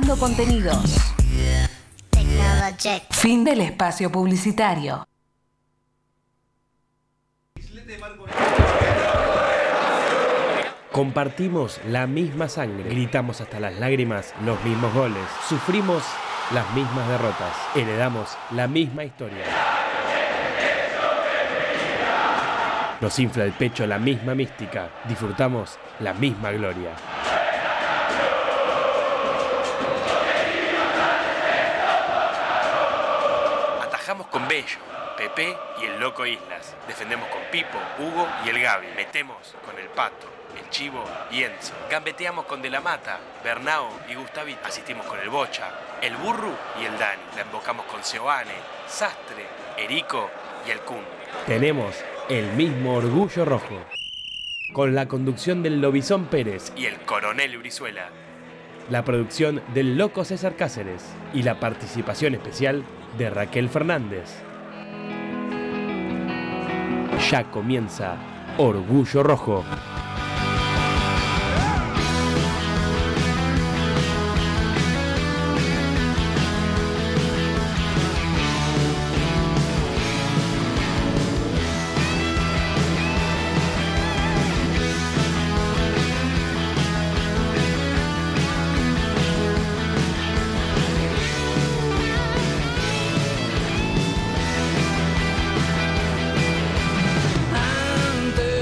Generando contenidos. Fin del espacio publicitario. Compartimos la misma sangre, gritamos hasta las lágrimas los mismos goles, sufrimos las mismas derrotas, heredamos la misma historia. Nos infla el pecho la misma mística, disfrutamos la misma gloria. Atajamos con Bello, Pepe y el Loco Islas. Defendemos con Pipo, Hugo y el Gaby. Metemos con el Pato, el Chivo y Enzo. Gambeteamos con De la Mata, Bernao y Gustavito. Asistimos con el Bocha, el Burru y el Dani. La embocamos con Seoane, Sastre, Erico y el Kun. Tenemos el mismo orgullo rojo. Con la conducción del Lobizón Pérez y el Coronel Brizuela. La producción del Loco César Cáceres y la participación especial de Raquel Fernández. Ya comienza Orgullo Rojo.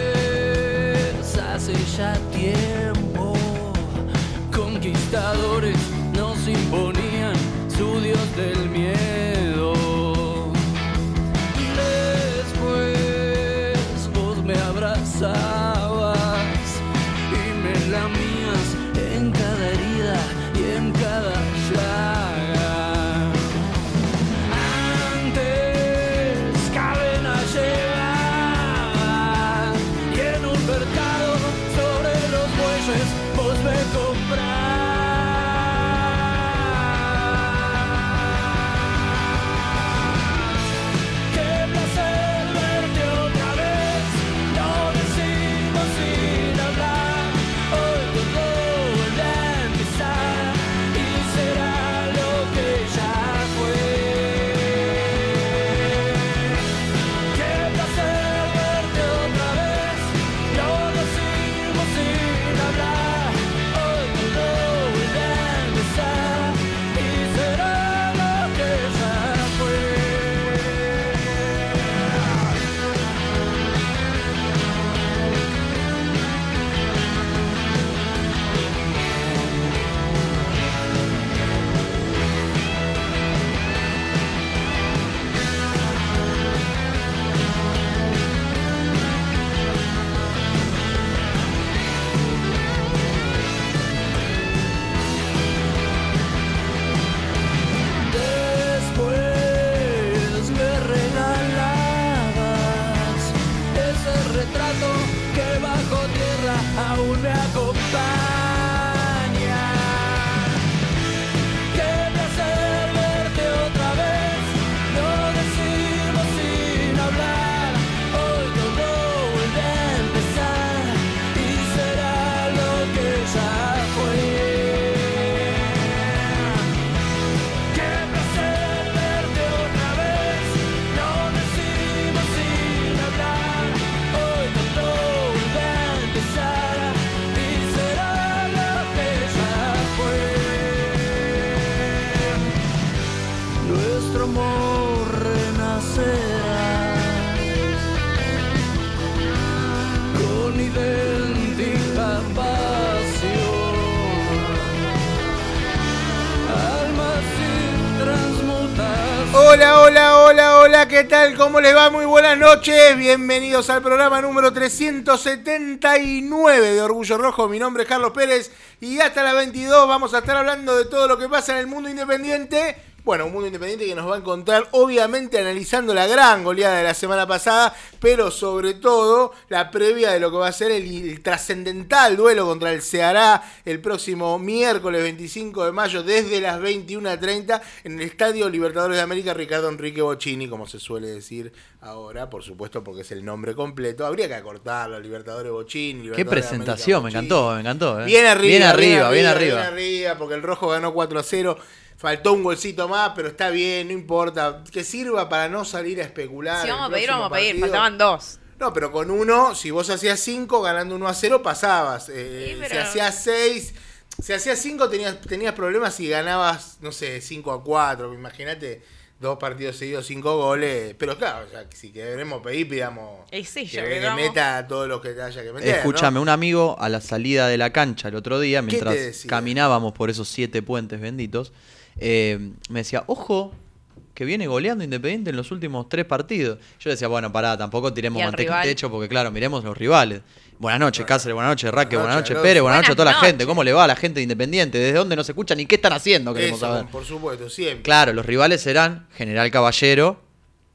Antes, hace ya tiempo, conquistadores nos imponían su dios del miedo. Después vos me abrazabas y me lamías en cada herida y en cada llaga. Antes cadena llevaba y en un mercado sobre los bueyes vos me comprás. Qué placer verte otra vez, lo decimos sin hablar, hoy todo vuelve a empezar y será lo que ya fue. Qué placer verte otra vez, lo decimos sin hablar, hoy todo vuelve a empezar y será lo que ya fue. Después me regalabas ese retrato que bajo tierra aún me acompaña. Qué placer verte otra vez, lo decimos sin hablar. Hoy todo vuelve a empezar y será lo que ya fue. Qué placer verte otra vez, no decimos sin hablar, hoy todo vuelve a empezar y será lo que ya fue. Nuestro amor renacerá con idéntica pasión, almas sin transmutar. Hola, hola, hola, hola, ¿qué tal? ¿Cómo les va? Muy buenas noches. Bienvenidos al programa número 379 de Orgullo Rojo. Mi nombre es Carlos Pérez y hasta las 22 vamos a estar hablando de todo lo que pasa en el mundo independiente Bueno, un mundo independiente que nos va a encontrar, obviamente, analizando la gran goleada de la semana pasada, pero sobre todo la previa de lo que va a ser el, el trascendental duelo contra el Ceará el próximo miércoles 25 de mayo, desde las 21.30, en el Estadio Libertadores de América, Ricardo Enrique Bocini, como se suele decir ahora, por supuesto, porque es el nombre completo. Habría que acortarlo, Libertadores Bocini. Qué Libertadores de América presentación, me Bocini. encantó, me encantó. eh. Bien arriba. bien arriba, bien arriba. bien arriba, porque el rojo ganó 4 a 0. Faltó un golcito más, pero está bien, no importa. Que sirva para no salir a especular. Si el vamos a pedir, próximo vamos a pedir. partido. Faltaban dos. No, pero con uno, si vos hacías 5, ganando 1 a 0, pasabas. Eh, Sí, pero- Si hacías 6, si hacías 5 tenías, tenías problemas y ganabas, no sé, 5 a 4. Imagínate, dos partidos seguidos, 5 goles. Pero claro, o sea, si queremos pedir, pidamos Y sí, que, ya que pidamos. meta a todos los que haya que meter. ¿no? Escúchame, un amigo a la salida de la cancha el otro día, te mientras decía? caminábamos por esos siete puentes benditos, eh, me decía, ojo, que viene goleando Independiente en los últimos tres partidos. Yo decía, bueno, pará, tampoco tiremos ¿Y al manteca al rival? techo, porque claro, miremos los rivales. Buenas noches, Cáceres, buenas noches, Raque, buenas Buenas noches, noches, Pérez, buenas noches Buenas a toda la noches. gente. ¿Cómo le va a la gente de Independiente? ¿Desde dónde nos escuchan y qué están haciendo? Queremos Eso, saber. por supuesto, siempre. Claro, los rivales serán General Caballero,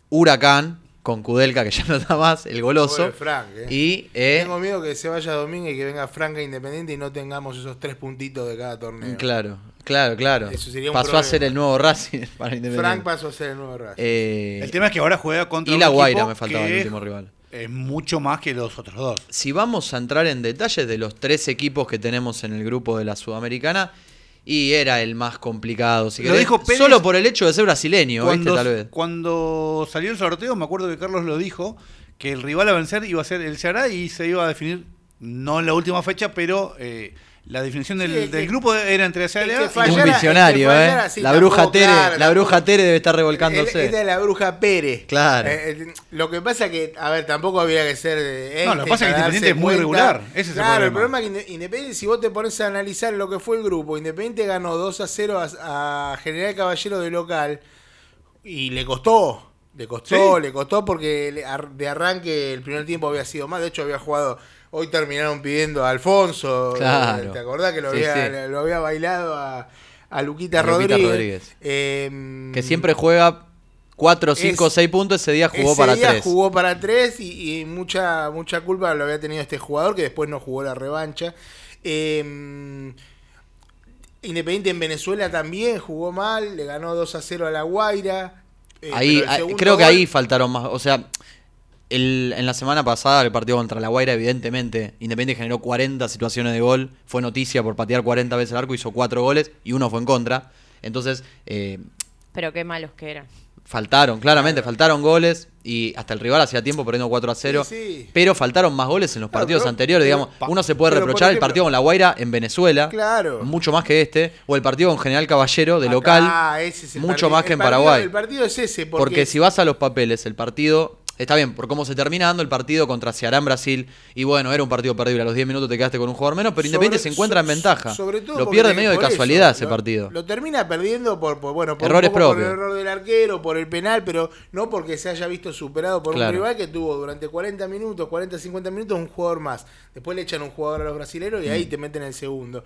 Huracán, con Kudelka, que ya no está más, el goloso. Pobre Frank, eh. Y eh, Tengo miedo que se vaya Domínguez y que venga Franca Independiente y no tengamos esos tres puntitos de cada torneo. Claro, claro, claro. Eso sería un pasó a problema. ser el nuevo Racing para Independiente. Frank pasó a ser el nuevo Racing. Eh, El tema es que ahora juega contra y un La equipo Guaira me faltaba que el último rival. Es mucho más que los otros dos. Si vamos a entrar en detalles de los tres equipos que tenemos en el grupo de la Sudamericana, y era el más complicado, si Lo querés, dijo Pérez solo por el hecho de ser brasileño, ¿viste? Cuando, Tal vez. cuando salió el sorteo, me acuerdo que Carlos lo dijo, que el rival a vencer iba a ser el Ceará y se iba a definir, no en la última fecha, pero eh, la definición del, Sí, es del que- grupo era entre es Ceará que y- fallara- Un es que visionario, fallara, ¿eh? sí, la bruja tampoco, Tere, claro, la bruja tampoco. Tere debe estar revolcándose. Esta es la bruja Pérez. Claro. Eh, eh, lo que pasa que, a ver, tampoco habría que ser. eh, No, Einstein lo que pasa es que para darse Independiente es muy cuenta. regular. Ese es el claro, el problema. problema es que Inde- Independiente, si vos te pones a analizar lo que fue el grupo, Independiente ganó 2 a 0 a, a General Caballero de local y le costó. Le costó, Sí. le costó porque le ar- de arranque el primer tiempo había sido más. De hecho, había jugado. Hoy terminaron pidiendo a Alfonso. eh, Claro. ¿Te acordás que lo, Sí, había, sí. lo había bailado a, a Luquita, A Luquita Rodríguez? Rodríguez. Eh, que siempre juega 4, 5, Es- 6 puntos, ese día jugó ese para día 3. jugó para tres y, y mucha, mucha culpa lo había tenido este jugador que después no jugó la revancha. Eh, Independiente en Venezuela también jugó mal, le ganó 2 a 0 a la Guaira. Eh, Ahí, pero el ah, segundo creo que gol- ahí faltaron más. O sea, el- en la semana pasada, el partido contra La Guaira, evidentemente, Independiente generó 40 situaciones de gol. Fue noticia por patear 40 veces el arco, hizo 4 goles y uno fue en contra. Entonces, eh, Pero qué malos que eran. faltaron, claramente, faltaron goles. Y hasta el rival hacía tiempo perdiendo 4 a 0. Sí, sí. Pero faltaron más goles en los Claro, partidos pero- anteriores. pero- Digamos, pa- uno se puede pero, por reprochar el ejemplo- partido con La Guaira en Venezuela. Claro. Mucho más que este. O el partido con General Caballero de Acá, local. ese es el mucho partido. más que El en partido- Paraguay. El partido es ese, porque, Porque, si vas a los papeles, el partido. Está bien, por cómo se termina dando el partido contra Ceará en Brasil. Y bueno, era un partido perdible. A los 10 minutos te quedaste con un jugador menos, pero Independiente sobre- se encuentra en so- ventaja. sobre todo lo porque pierde te- medio de por eso, casualidad ese lo- partido. Lo termina perdiendo por, por, bueno, por, un Errores poco por el propios. error del arquero, por el penal, pero no porque se haya visto superado por un Claro. rival que tuvo durante 40 minutos, 40, 50 minutos un jugador más. Después le echan un jugador a los brasileños y Mm. ahí te meten el segundo.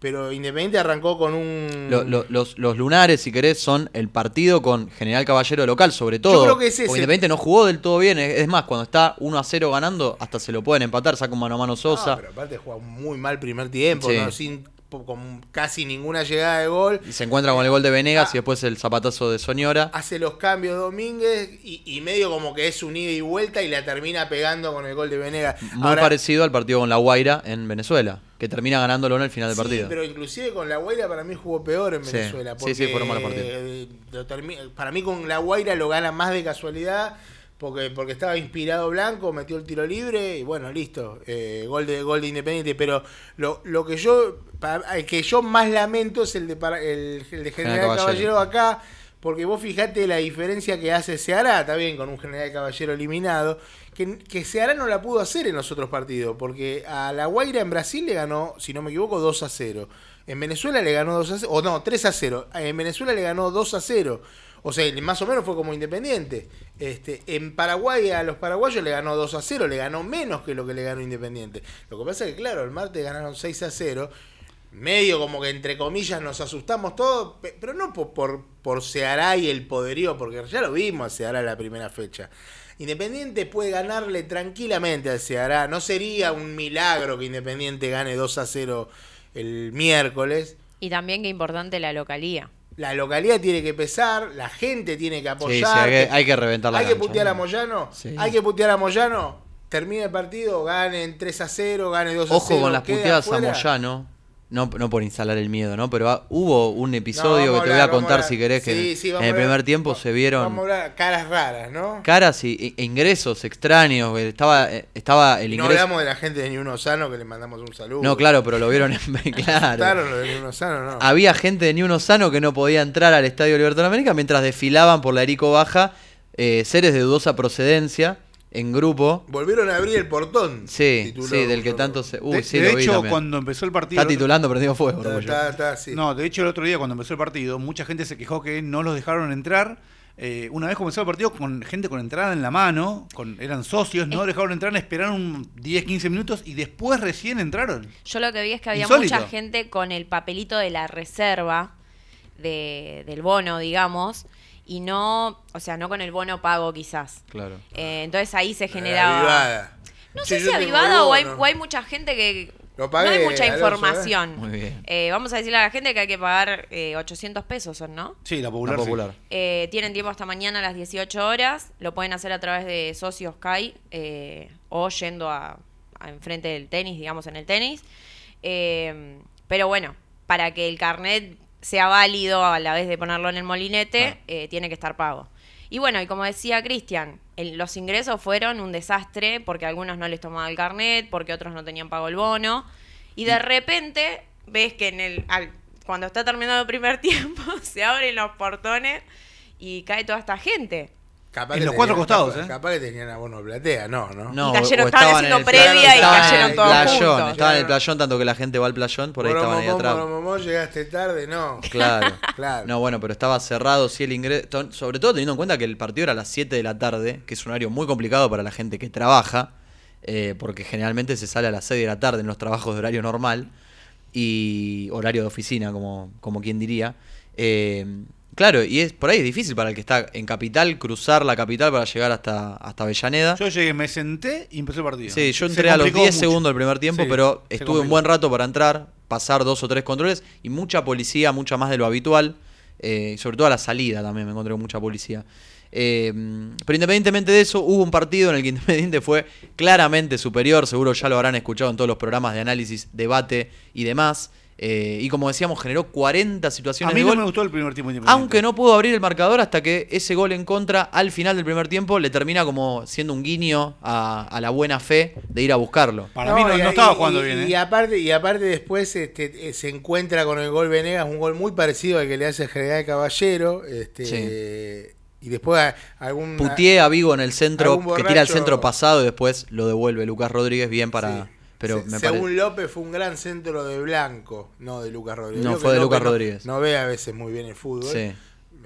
Pero Independiente arrancó con un... Lo- lo- los, los lunares, si querés, son el partido con General Caballero local, sobre todo. creo que es ese. Porque Independiente no jugó del todo bien. Es, es más, cuando está 1 a 0 ganando, hasta se lo pueden empatar. Saca un mano a mano No, Sosa. pero aparte juega muy mal primer tiempo, Sí. ¿no? Sin, con casi ninguna llegada de gol. y se encuentra con el gol de Venegas Ah. y después el zapatazo de Soñora. hace los cambios Domínguez y, y medio como que es un ida y vuelta y la termina pegando con el gol de Venegas. Muy Ahora, parecido al partido con La Guaira en Venezuela, que termina ganándolo en el final del sí, partido. pero inclusive con La Guaira para mí jugó peor en Sí, Venezuela. sí, porque, sí, fueron malos partidos. eh, lo termi- para mí con La Guaira lo gana más de casualidad porque, porque estaba inspirado Blanco, metió el tiro libre y bueno, listo. eh, gol, de, gol de Independiente. Pero lo, lo que yo para- el que yo más lamento es el de, para- el, el de General General Caballero. Caballero acá, porque vos fijate la diferencia que hace Seara, está bien, con un general caballero eliminado, que, que Seara no la pudo hacer en los otros partidos, porque a La Guaira en Brasil le ganó, si no me equivoco, 2 a 0. En Venezuela le ganó 2 a 0, o no, 3 a 0. En Venezuela le ganó 2 a 0. O sea, más o menos fue como independiente. Este, en Paraguay a los paraguayos le ganó 2 a 0, le ganó menos que lo que le ganó Independiente. Lo que pasa es que, claro, el martes ganaron 6 a 0. medio como que entre comillas nos asustamos todos, pe- pero no po- por, por Ceará y el poderío, porque ya lo vimos a Ceará la primera fecha. Independiente puede ganarle tranquilamente al Ceará. No sería un milagro que Independiente gane 2 a 0 el miércoles. Y también que importante la localía. La localidad tiene que pesar, la gente tiene que apoyar. sí, hay que- hay que reventar la Hay que cancha, putear ¿no? a Moyano. Sí. Hay que putear a Moyano. Termina el partido, ganen 3 a 0, gane 2 a 0. Ojo con las queda puteadas a afuera. Moyano. No, no por instalar el miedo, ¿no? Pero ah, hubo un episodio No, que vamos te a voy a hablar, vamos contar hablar. si querés que Sí, en- sí, en vamos el a hablar. primer tiempo Va- se vieron Vamos a hablar caras raras, ¿no? caras y, e ingresos extraños. güey. Estaba, eh, estaba el Y no ingreso. hablamos de la gente de Niuno Sano, que le mandamos un saludo. No, claro, pero lo vieron en Claro, claro. lo de Niuno Sano, ¿no? Había gente de Niuno Sano que no podía entrar al Estadio Libertad de América mientras desfilaban por la Erico Baja eh, seres de dudosa procedencia en grupo. Volvieron a abrir el portón. Sí, tituló sí, del que uno. tanto se. Uy, de sí, de lo vi hecho, también. cuando empezó el partido. Está titulando Prendido Fuego, Está, Orgullo. está, está, sí. No, de hecho el otro día cuando empezó el partido, mucha gente se quejó que no los dejaron entrar. Eh, una vez comenzó el partido con gente con entrada en la mano, con, eran socios, no dejaron entrar, esperaron un 10, 15 minutos y después recién entraron. Yo lo que vi es que había Insólito. mucha gente con el papelito de la reserva de- del bono, digamos, y no, o sea, no con el bono pago quizás. Claro. Eh, entonces ahí se La generaba. avivada. No Che, sé yo si tengo avivada o hay, bono. o hay mucha gente que. Lo pagué, no hay mucha Alonso, ¿eh? información. Muy bien. Eh, vamos a decirle a la gente que hay que pagar eh, 800 pesos, ¿son, ¿no? Sí, la La popular. sí. popular. Eh, tienen tiempo hasta mañana a las 18 horas. Lo pueden hacer a través de socios CAI eh, o yendo a, a enfrente del tenis, digamos, en el tenis. Eh, pero bueno, para que el carnet sea válido a la vez de ponerlo en el molinete, eh, tiene que estar pago. Y bueno, y como decía Cristian, el- los ingresos fueron un desastre porque a algunos no les tomaba el carnet, porque otros no tenían pago el bono. Y de repente ves que en el al- cuando está terminado el primer tiempo se abren los portones y cae toda esta gente. Capaz En que los cuatro tenían- costados, capaz- ¿eh? Capaz que tenían abono platea, no, ¿no? No, Y cayeron, o estaban en haciendo el- previa y estaban cayeron en todos el playón, juntos. Estaban en el playón, tanto que la gente va al playón, por ahí Boromomón, estaban ahí atrás. Boromomón, llegaste tarde, no. Claro. Claro. No, bueno, pero estaba cerrado, sí, el ingreso. to- Sobre todo teniendo en cuenta que el partido era a las 7 de la tarde, que es un horario muy complicado para la gente que trabaja, eh, porque generalmente se sale a las 6 de la tarde en los trabajos de horario normal y horario de oficina, como, como quien diría. Eh, claro, y es por ahí es difícil para el que está en capital cruzar la capital para llegar hasta, hasta Avellaneda. Yo llegué, me senté y empezó el partido. Sí, yo Se entré a los complicó 10 mucho. segundos del primer tiempo, Sí, pero se estuve un buen rato para entrar, pasar dos o tres controles y mucha policía, mucha más de lo habitual. eh, sobre todo a la salida también me encontré con mucha policía. Eh, pero independientemente de eso, hubo un partido en el que Independiente fue claramente superior. Seguro ya lo habrán escuchado en todos los programas de análisis, debate y demás. Eh, y como decíamos, generó 40 A situaciones mí de no gol. me gustó el primer tiempo. independiente. Aunque no pudo abrir el marcador hasta que ese gol en contra al final del primer tiempo le termina como siendo un guiño a, a la buena fe de ir a buscarlo. Para mí no, y- no estaba y- jugando y- bien. Y ¿eh? aparte, y aparte después este, eh, se encuentra con el gol Venegas, un gol muy parecido al que le hace General Caballero. Este, Y después a- algún... Putié a Vigo en el centro, Algún que tira el borracho- centro pasado y después lo devuelve Lucas Rodríguez bien para... Sí. Pero Se- me según parece... López fue un gran centro de Blanco, no de Lucas Rodríguez. No, Vio fue que de López Lucas no- Rodríguez. No, ve a veces muy bien el fútbol. Sí.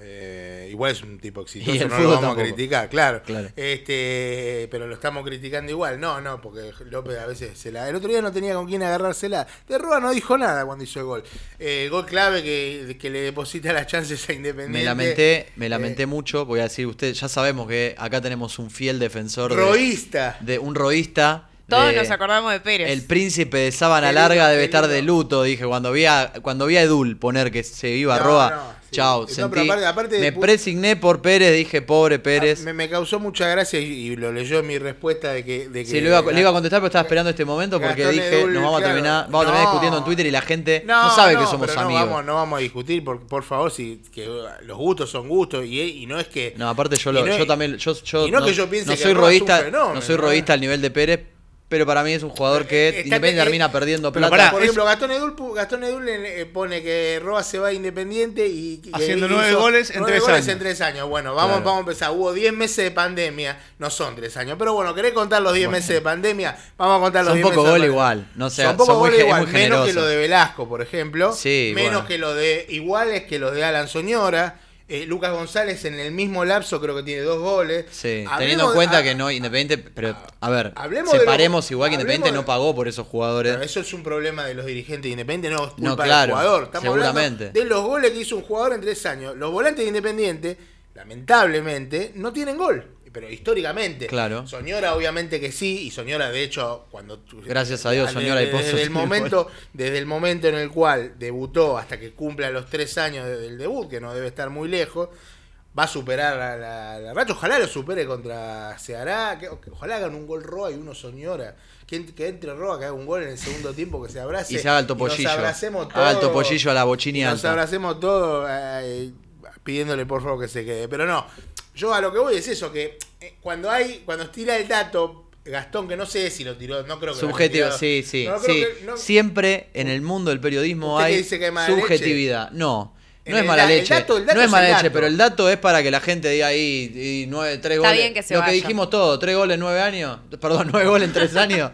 Eh, igual es un tipo exitoso, Y el no lo fútbol vamos a tampoco. criticar, claro. Claro. Este, pero lo estamos criticando igual. No, no, porque López a veces se la. El otro día no tenía con quién agarrársela. De Rúa no dijo nada cuando hizo el gol. Eh, gol clave que, que le deposita las chances a Independiente. Me lamenté, me Eh, lamenté mucho, voy a decir, usted ya sabemos que acá tenemos un fiel defensor de, Roísta. de un roísta. Todos Eh, de- nos acordamos de Pérez. El príncipe de sábana Querido, larga debe estar de querido. luto, dije, cuando vi a, cuando vi a Edul poner que se iba a No, Roa. no, sí. No, Chao, pero sentí- aparte- aparte de me pu- presigné por Pérez, dije, pobre Pérez. Ah, Me, me causó mucha gracia y, y lo leyó en mi respuesta de que. de Sí, que- lo iba a- le iba a contestar, pero estaba esperando este momento porque Gastón dije, Edul, nos vamos a claro. terminar, vamos a terminar No. discutiendo en Twitter y la gente no, sabe que somos pero amigos. No vamos, no vamos a discutir, por, por favor, si que los gustos son gustos y, y no es que. No, aparte yo, y lo, no es- yo también, yo, yo y no que yo piense no que soy Roa es un roísta, fenómeno, no soy ¿eh? roísta al nivel de Pérez, pero para mí es un jugador que Está- Independiente eh, termina perdiendo pero plata. pará, Por es- ejemplo, Gastón Edul, pu- Gastón Edul eh, pone que Roa se va a Independiente y que Haciendo hizo nueve goles en nueve tres goles años. en tres años. Bueno, vamos, Claro. vamos a empezar. Hubo 10 meses de pandemia, no son tres años. Pero bueno, ¿querés contar los 10 meses de pandemia? Vamos a contar los Son 10 meses. poco de gol pandemia. igual, no sé, son poco son muy goles ge- es igual, muy menos que generoso. lo de Velasco, por ejemplo. Sí, menos bueno. que lo de iguales que los de Alan Soñora. Eh, Lucas González en el mismo lapso creo que tiene dos goles. Sí, Hablemos teniendo en de- cuenta ah, que no, Independiente, pero a ver, hablemos de lo- separemos igual que Independiente hablemos de- no pagó por esos jugadores. Pero eso es un problema de los dirigentes de Independiente, no es culpa No, del claro, jugador. Estamos seguramente. hablando de los goles que hizo un jugador en tres años. Los volantes de Independiente, lamentablemente, no tienen gol. Pero históricamente. Claro. Soñora, obviamente que sí. Y Soñora, de hecho, cuando. tú- Gracias a Dios, desde- Soñora y Pozo Desde el, tienen momento, desde el momento en el cual debutó hasta que cumpla los tres años de- del debut, que no debe estar muy lejos. Va a superar a la, la racha. Ojalá lo supere contra Ceará. que- que ojalá hagan un gol Roa y uno Soñora. Que, ent- que entre Roa, que haga un gol en el segundo tiempo, que se abrace. Y se haga el y topollillo. Nos abracemos todos. Haga el topollillo a la y bochini Nos alta. abracemos todos eh, pidiéndole por favor que se quede. Pero no, yo a lo que voy es eso, que eh, cuando hay, cuando tira el dato, Gastón, que no sé si lo tiró, no creo que lo haya Subjetivo, tirado. sí, sí. No, sí. creo que- no- Siempre en el mundo del periodismo Usted que hay dice que es mala subjetividad. No, En no es el mala da- el leche. dato- el dato no es es mala el leche, dato. pero el dato es para que la gente diga ahí, y nueve, tres Está goles. bien que se Lo vaya. que dijimos todo, tres goles en nueve años. Perdón, nueve goles en tres años.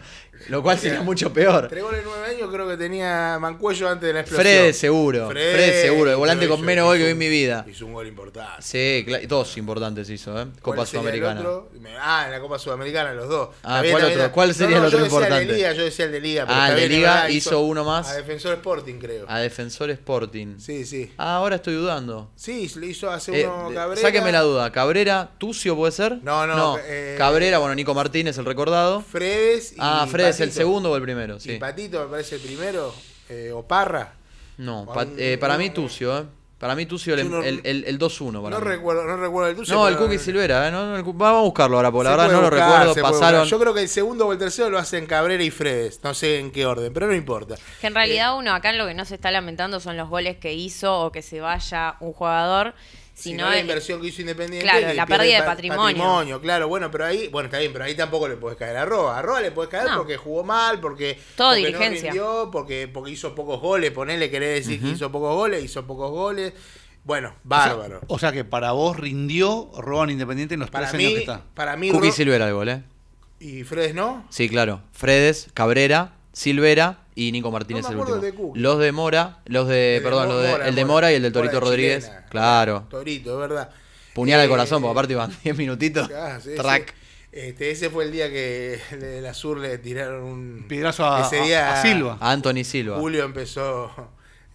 Lo cual sería mucho peor. Tres goles en nueve años creo que tenía Mancuello antes de la explosión. Fred seguro. Fred, Fred, seguro. El volante pero con hizo- menos gol que hizo vi en un- mi vida. Hizo un gol importante. Sí, cla- dos importantes hizo, ¿eh? Copa ¿Cuál sería el Sudamericana. otro? Me- Ah, en la Copa Sudamericana, los dos. Ah, Está bien, está bien, ¿cuál otro? está- ¿Cuál sería el yo otro decía importante? de Liga, yo decía el de Liga. pero Ah, está el de bien, es Liga verdad, hizo uno más. Ah. A Defensor Sporting, creo. A Defensor Sporting. Sí, sí. Ah, ahora estoy dudando. Sí, lo hizo hace Eh, uno de- Cabrera. Sáqueme la duda. ¿Cabrera, Tucio puede ser? No, no, eh, Cabrera, bueno, Nico Martínez, el recordado. Fredes y ah, Fred es el Patito. segundo o el primero, sí. Y Patito me parece el primero. eh, o Parra. No, o pa- un- eh, para un- mí Tucio, ¿eh? Para mí Tucio el, Yo no- el, el- el 2-1. Para No mí. recuerdo, no recuerdo el tuyo. No, el pero- Cookie Silvera, ¿eh? No, no, el Cu- vamos a buscarlo ahora, porque la Se verdad puede no lo buscar, recuerdo. se puede buscar. Pasaron. Yo creo que el segundo o el tercero lo hacen Cabrera y Fredes. No sé en qué orden, pero no importa. Que en eh, realidad uno acá lo que no se está lamentando son los goles que hizo o que se vaya un jugador, sino la el- inversión que hizo Independiente. Claro, que la pierde pérdida de pa- patrimonio. claro, bueno, pero ahí, bueno, está bien, pero ahí tampoco le puedes caer a Roa. A Roa le puedes caer No. porque jugó mal, porque, Todo porque no dirigencia. rindió, porque, porque hizo pocos goles, ponele, querés decir que hizo pocos goles, hizo pocos goles. Bueno, bárbaro. O sea que para vos rindió Roban Independiente en los para, tres mí, años que está. para mí, Cookie Ro- Silvera el gol, ¿eh? y Fredes no. Sí, claro. Fredes, Cabrera, Silvera y Nico Martínez No me el acuerdo último. de Cookie. los de Mora, los de, El de perdón, Mo- los de- el de Mora y el del Torito Mora Rodríguez. chilena. Claro. Torito, es verdad. Puñal Eh, al corazón, porque aparte iban 10 minutitos. Ah, sí, Track. sí. Este, ese fue el día que de la sur le tiraron un Piedrazo a- ese día a- a Silva. A Anthony Silva. Julio, Julio empezó,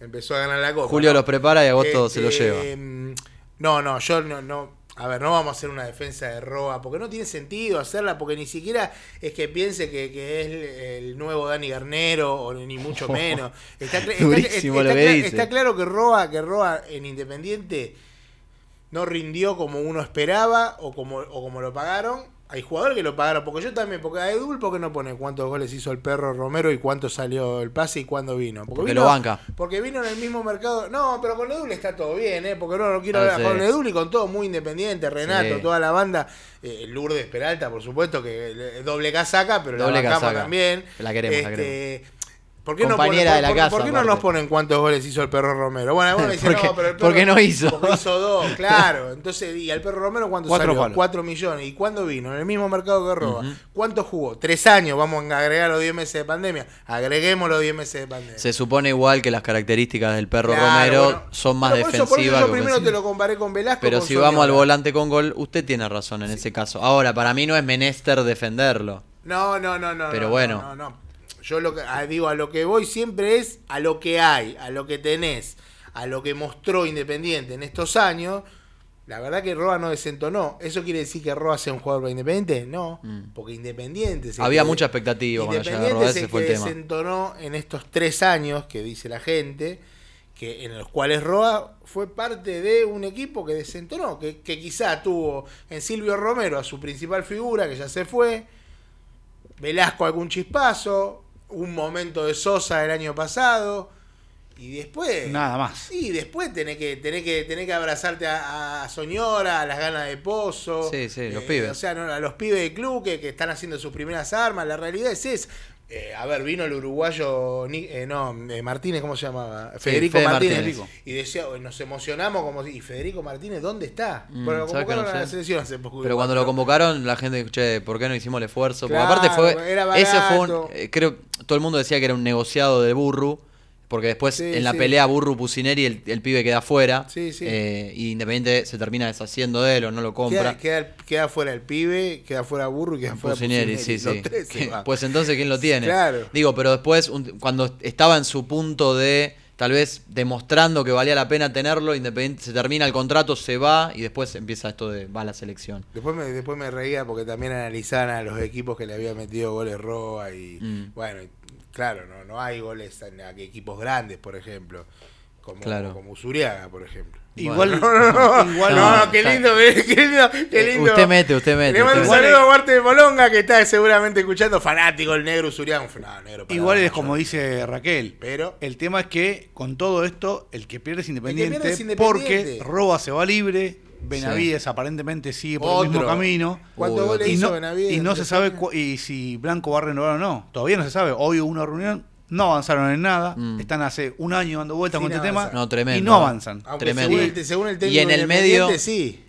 empezó a ganar la copa. los prepara y agosto se lo Este, lleva. mm, No, no, yo no, no. A ver, no vamos a hacer una defensa de Roa, porque no tiene sentido hacerla, porque ni siquiera es que piense que, que es el nuevo Dani Garnero, o ni mucho menos. Está, cl- está- Durísimo está lo que cla- dice. está claro que Roa, que Roa en Independiente no rindió como uno esperaba o como, o como lo pagaron. Hay jugadores que lo pagaron, porque yo también, porque a Edul, porque no pone cuántos goles hizo el perro Romero y cuánto salió el pase y cuándo vino. Porque vino- lo banca. Porque vino en el mismo mercado. No, pero con Edul está todo bien, ¿eh? porque no, no quiero Ah, hablar sí. con Edul y con todo muy independiente, Renato, Sí. toda la banda. Eh, Lourdes Peralta, por supuesto, que le- doble casaca, pero Doble la bancamos casaca. también. La queremos, la Este, queremos. ¿Por qué, no, Compañera ponen- de la por- casa, por qué no aparte. nos ponen cuántos goles hizo el perro Romero? Bueno, algunos dicen, Porque- no, pero el perro, porque no hizo. porque hizo dos, claro. Entonces, ¿y al perro Romero cuánto Cuatro salió? palos. Cuatro millones. ¿Y cuándo vino? En el mismo mercado que roba. ¿Cuánto jugó? Tres años. Vamos a agregar los 10 meses de pandemia. Agreguemos los 10 meses de pandemia. Se supone igual que las características del perro Claro, Romero bueno. son más Bueno, por eso- por eso defensivas yo que primero ofensivas. te lo comparé con Velasco. Pero con si vamos al Soñora. volante con gol, usted tiene razón en ese caso. Ahora, para mí no es menester defenderlo. No, no, no, no. Pero no, bueno. No, no, no. Yo lo que, ah, digo, a lo que voy siempre es a lo que hay, a lo que tenés, a lo que mostró Independiente en estos años. La verdad que Roa no desentonó. ¿Eso quiere decir que Roa sea un jugador para Independiente? No, porque Independiente... es el Mm. Había que- mucha expectativa cuando llegó Independiente Roa, es el ese fue el que tema. desentonó en estos tres años que dice la gente, que en los cuales Roa fue parte de un equipo que desentonó, que, que quizá tuvo en Silvio Romero a su principal figura, que ya se fue, Velasco algún chispazo, un momento de Sosa del año pasado, y después... Nada más. Sí, después tenés que, tenés que, tenés que abrazarte a, a Soñora, a las ganas de Pozo. eh, Sí, sí, los pibes. O sea, no, a los pibes del club que, que están haciendo sus primeras armas. La realidad es esa. Eh, a ver, vino el uruguayo, Ni- eh, no, eh, Martínez, ¿cómo se llamaba? Federico Fede Martínez. Martínez. Y decía, "Uy, nos emocionamos como, si- ¿y Federico Martínez dónde está? Mm, bueno, lo ¿sabes que convocaron no a la sé? selección hace poco. Pero cuando lo convocaron, la gente, che, ¿por qué no hicimos el esfuerzo? Claro, Porque aparte fue. era Ese fue barato. un. eh, creo. Todo el mundo decía que era un negociado de burro. Porque después Sí, en la sí. pelea Burru Pusineri el, el pibe queda afuera. Sí, sí. eh, y Independiente se termina deshaciendo de él o no lo compra. Queda, queda, queda fuera el pibe, queda fuera Burro y queda fuera Pusineri, sí, Pucineri. sí. Los tres se Que- van. Pues entonces, ¿quién lo tiene? Claro. Digo, pero después, un- cuando estaba en su punto de tal vez demostrando que valía la pena tenerlo, Independiente se termina el contrato, se va y después empieza esto de va a la selección. Después me, después me reía porque también analizaban a los equipos que le había metido goles Roa y Mm. bueno, y claro, no, no hay goles en a- equipos grandes, por ejemplo, como, Claro. como Usuriaga, por ejemplo. Igual, igual No, No, no, qué está- lindo, qué lindo, qué Eh, lindo. usted mete, usted mete, Le mando un usted mete. saludo a Marte de Molonga que está seguramente escuchando fanático el negro Usuriaga. No, negro. para Igual vos, es como yo. dice Raquel. Pero- el tema es que con todo esto, el que pierde es independiente, pierde es Independiente. porque Roba se va libre, Benavides aparentemente sigue por el mismo Otro. camino. ¿Cuántos Uy, goles Y hizo no, Benavides y no entre se sabe España? cu- y si Blanco va a renovar o no. Todavía no se sabe. Hoy hubo una reunión, no avanzaron en nada. Mm. Están hace un año dando vueltas Sin con este avanzar. tema. No, tremendo, Y no ¿eh? avanzan. Aunque Tremendo. Según el, según el técnico Y en el independiente, medio- sí.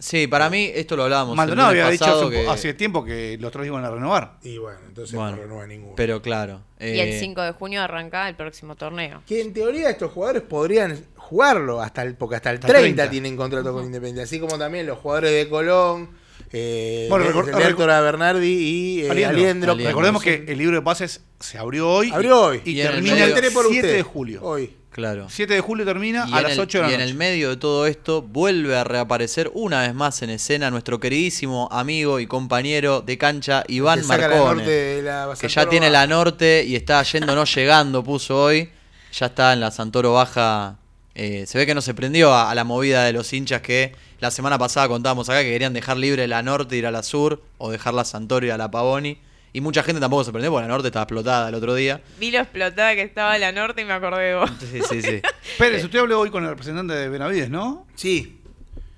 Sí, para mí, esto lo hablábamos. el Maldonado lunes había dicho hace, pasado un po- que- hace tiempo que los otros iban a renovar. Y bueno, entonces Bueno, no renueva ninguno. Pero claro. Y eh, el 5 de junio arranca el próximo torneo. Que en teoría estos jugadores podrían jugarlo hasta el, porque hasta el Hasta 30, 30. tienen contrato con Independiente, así como también los jugadores de Colón, eh, Bueno, de- recor- de Héctor Bernardi y eh, Aliendro. Aliendro. Aliendro. Recordemos son- que el libro de pases se abrió hoy. abrió hoy. Y, Y en el termina medio- el Yo me enteré 7 usted. de julio. Hoy. Claro. 7 de julio termina Y a en las el- 8 de la y noche. en el medio de todo esto vuelve a reaparecer una vez más en escena nuestro queridísimo amigo y compañero de cancha Iván Que saca la Marcone, norte de la que ya Santoro tiene Baja. la norte y está yendo no llegando, puso hoy, ya está en la Santoro Baja. eh, se ve que no se prendió a, a la movida de los hinchas que la semana pasada contábamos acá que querían dejar libre la norte e ir a la sur o dejar la Santoro y ir a la Pavoni. Y mucha gente tampoco se prendió porque la norte estaba explotada el otro día. Vi lo explotada que estaba la norte y me acordé de vos. Sí, sí, sí. Eh. Pérez, usted habló hoy con el representante de Benavides, ¿no? Sí,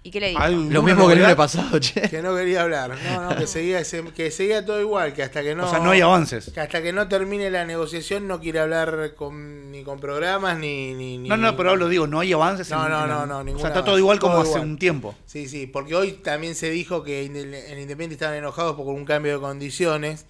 ¿Y qué le dijo? ¿Alguna Lo mismo que el lunes novedad? pasado, che. que no quería hablar. No, no, que seguía, se- que seguía todo igual, que hasta que no. O sea, no hay avances. que hasta que no termine la negociación no quiere hablar con, ni con programas ni, ni, ni- No, no, pero hablo, digo, no hay avances. No, en- no, en- no, no, O ningún sea, está avance, todo igual como todo hace igual. un tiempo. Sí, sí, porque hoy también se dijo que Inde- en Independiente estaban enojados por un cambio de condiciones.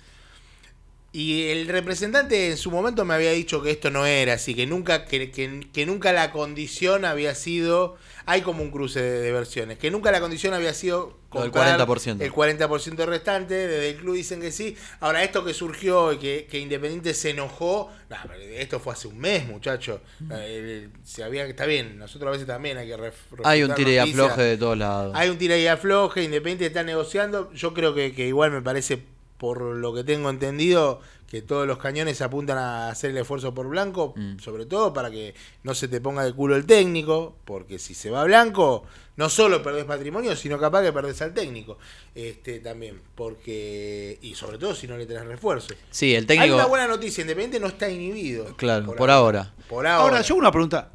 Y el representante en su momento me había dicho que esto no era así, que nunca, que, que- que nunca la condición había sido. Hay como un cruce de, de versiones, que nunca la condición había sido. Lo del comprar 40%. El 40% restante, desde el club dicen que sí. Ahora, esto que surgió y que, que Independiente se enojó, nah, pero esto fue hace un mes, muchacho. Mm. Eh, el- se había, está bien, nosotros a veces también hay que ref- Hay un refutar tire y noticias. afloje de todos lados. Hay un tira y afloje, Independiente está negociando. Yo creo que, que igual me parece, por lo que tengo entendido, que todos los cañones apuntan a hacer el esfuerzo por Blanco, Mm. sobre todo para que no se te ponga de culo el técnico, porque si se va Blanco, no solo perdés patrimonio, sino capaz que perdés al técnico. Este también, porque y sobre todo si no le tenés refuerzo. Sí, el Hay técnico. una buena noticia, Independiente no está inhibido. Claro, por ahora. Por ahora. Ahora, yo una pregunta.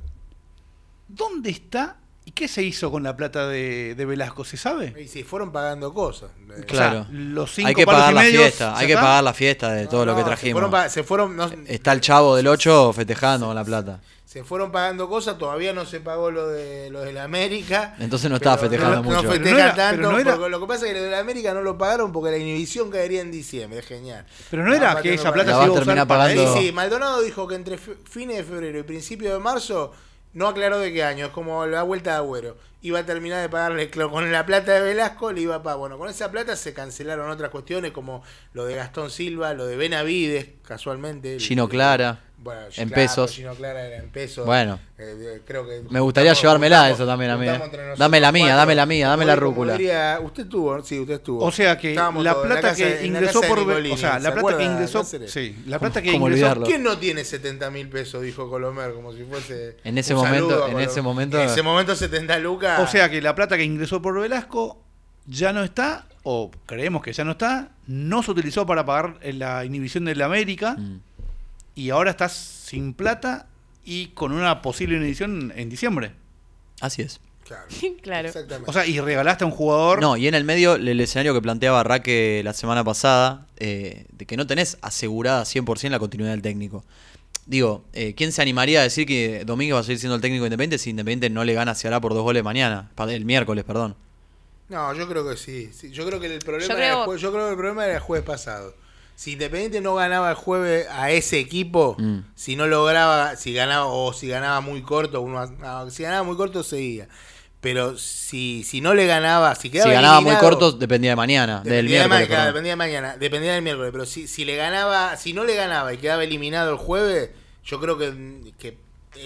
¿Dónde está y qué se hizo con la plata de, de Velasco? ¿Se sabe? Y si fueron pagando cosas. Eh, Claro. los cinco hay que palos pagar y la medios, fiesta, ¿ya hay que está? pagar la fiesta de todo No, lo que no, trajimos. Se fueron, pa- se fueron- no- Está el chavo del 8 festejando con la plata. se fueron pagando cosas, todavía no se pagó lo de lo de la América. Entonces no estaba festejando no- mucho. No festeja Pero no era- tanto, pero no era- porque lo que pasa es que lo de la América no lo pagaron porque la inhibición caería en diciembre, es genial. Pero no era Aparte que no esa La plata va se a iba a usar terminar para pagando- eso. Sí, sí, Maldonado dijo que entre fe- fines de febrero y principio de marzo, no aclaró de qué año, es como la vuelta de Agüero. Iba a terminar de pagarle cl- con la plata de Velasco, le iba a pagar. Bueno, con esa plata se cancelaron otras cuestiones como lo de Gastón Silva, lo de Benavides, casualmente. el- Gino Clara. Bueno, Gino en Clara, pesos. Gino Clara era en pesos. Bueno. Eh, eh, creo que Me gustaría llevármela eso también a mí, juntamos eh. entre nosotros Dame la mía, cuatro. dame la mía, dame Como la diría- rúcula. como diría- usted tuvo, sí, usted estuvo. O sea que Estábamos la todos en plata casa- que en la casa ingresó de por Nicolini, o sea, ¿se la plata que acuerda, ingresó, Cáceres? sí, la plata que cómo ingresó olvidarlo? ¿Quién no tiene 70 mil pesos? Dijo Colomer, como si fuese. En ese un momento- saludo a en Colomer. ese momento- En ese momento 70 lucas. Ah. O sea que la plata que ingresó por Velasco ya no está, o creemos que ya no está, no se utilizó para pagar eh, la inhibición de la América Mm. y ahora estás sin plata y con una posible inhibición en diciembre. Así es. Claro. claro. Exactamente. O sea, y regalaste a un jugador. No, y en el medio, el escenario que planteaba Raque la semana pasada, eh, de que no tenés asegurada 100% la continuidad del técnico. Digo, eh, ¿quién se animaría a decir que Domínguez va a seguir siendo el técnico independiente si Independiente no le gana a Ceará por dos goles mañana? Pa- El miércoles, perdón. no, yo creo que sí. sí. Yo creo que el problema Yo era el creo- jue- yo creo que el problema era el jueves pasado. Si Independiente no ganaba el jueves a ese equipo, Mm. si no lograba, si ganaba o si ganaba muy corto, uno, no, si ganaba muy corto seguía. Pero si, si no le ganaba, si quedaba Si ganaba muy eliminado, corto, dependía de mañana, del dependía de ma- miércoles. claro, perdón. dependía de mañana, dependía del miércoles, pero si, si le ganaba, si no le ganaba y quedaba eliminado el jueves, yo creo que, que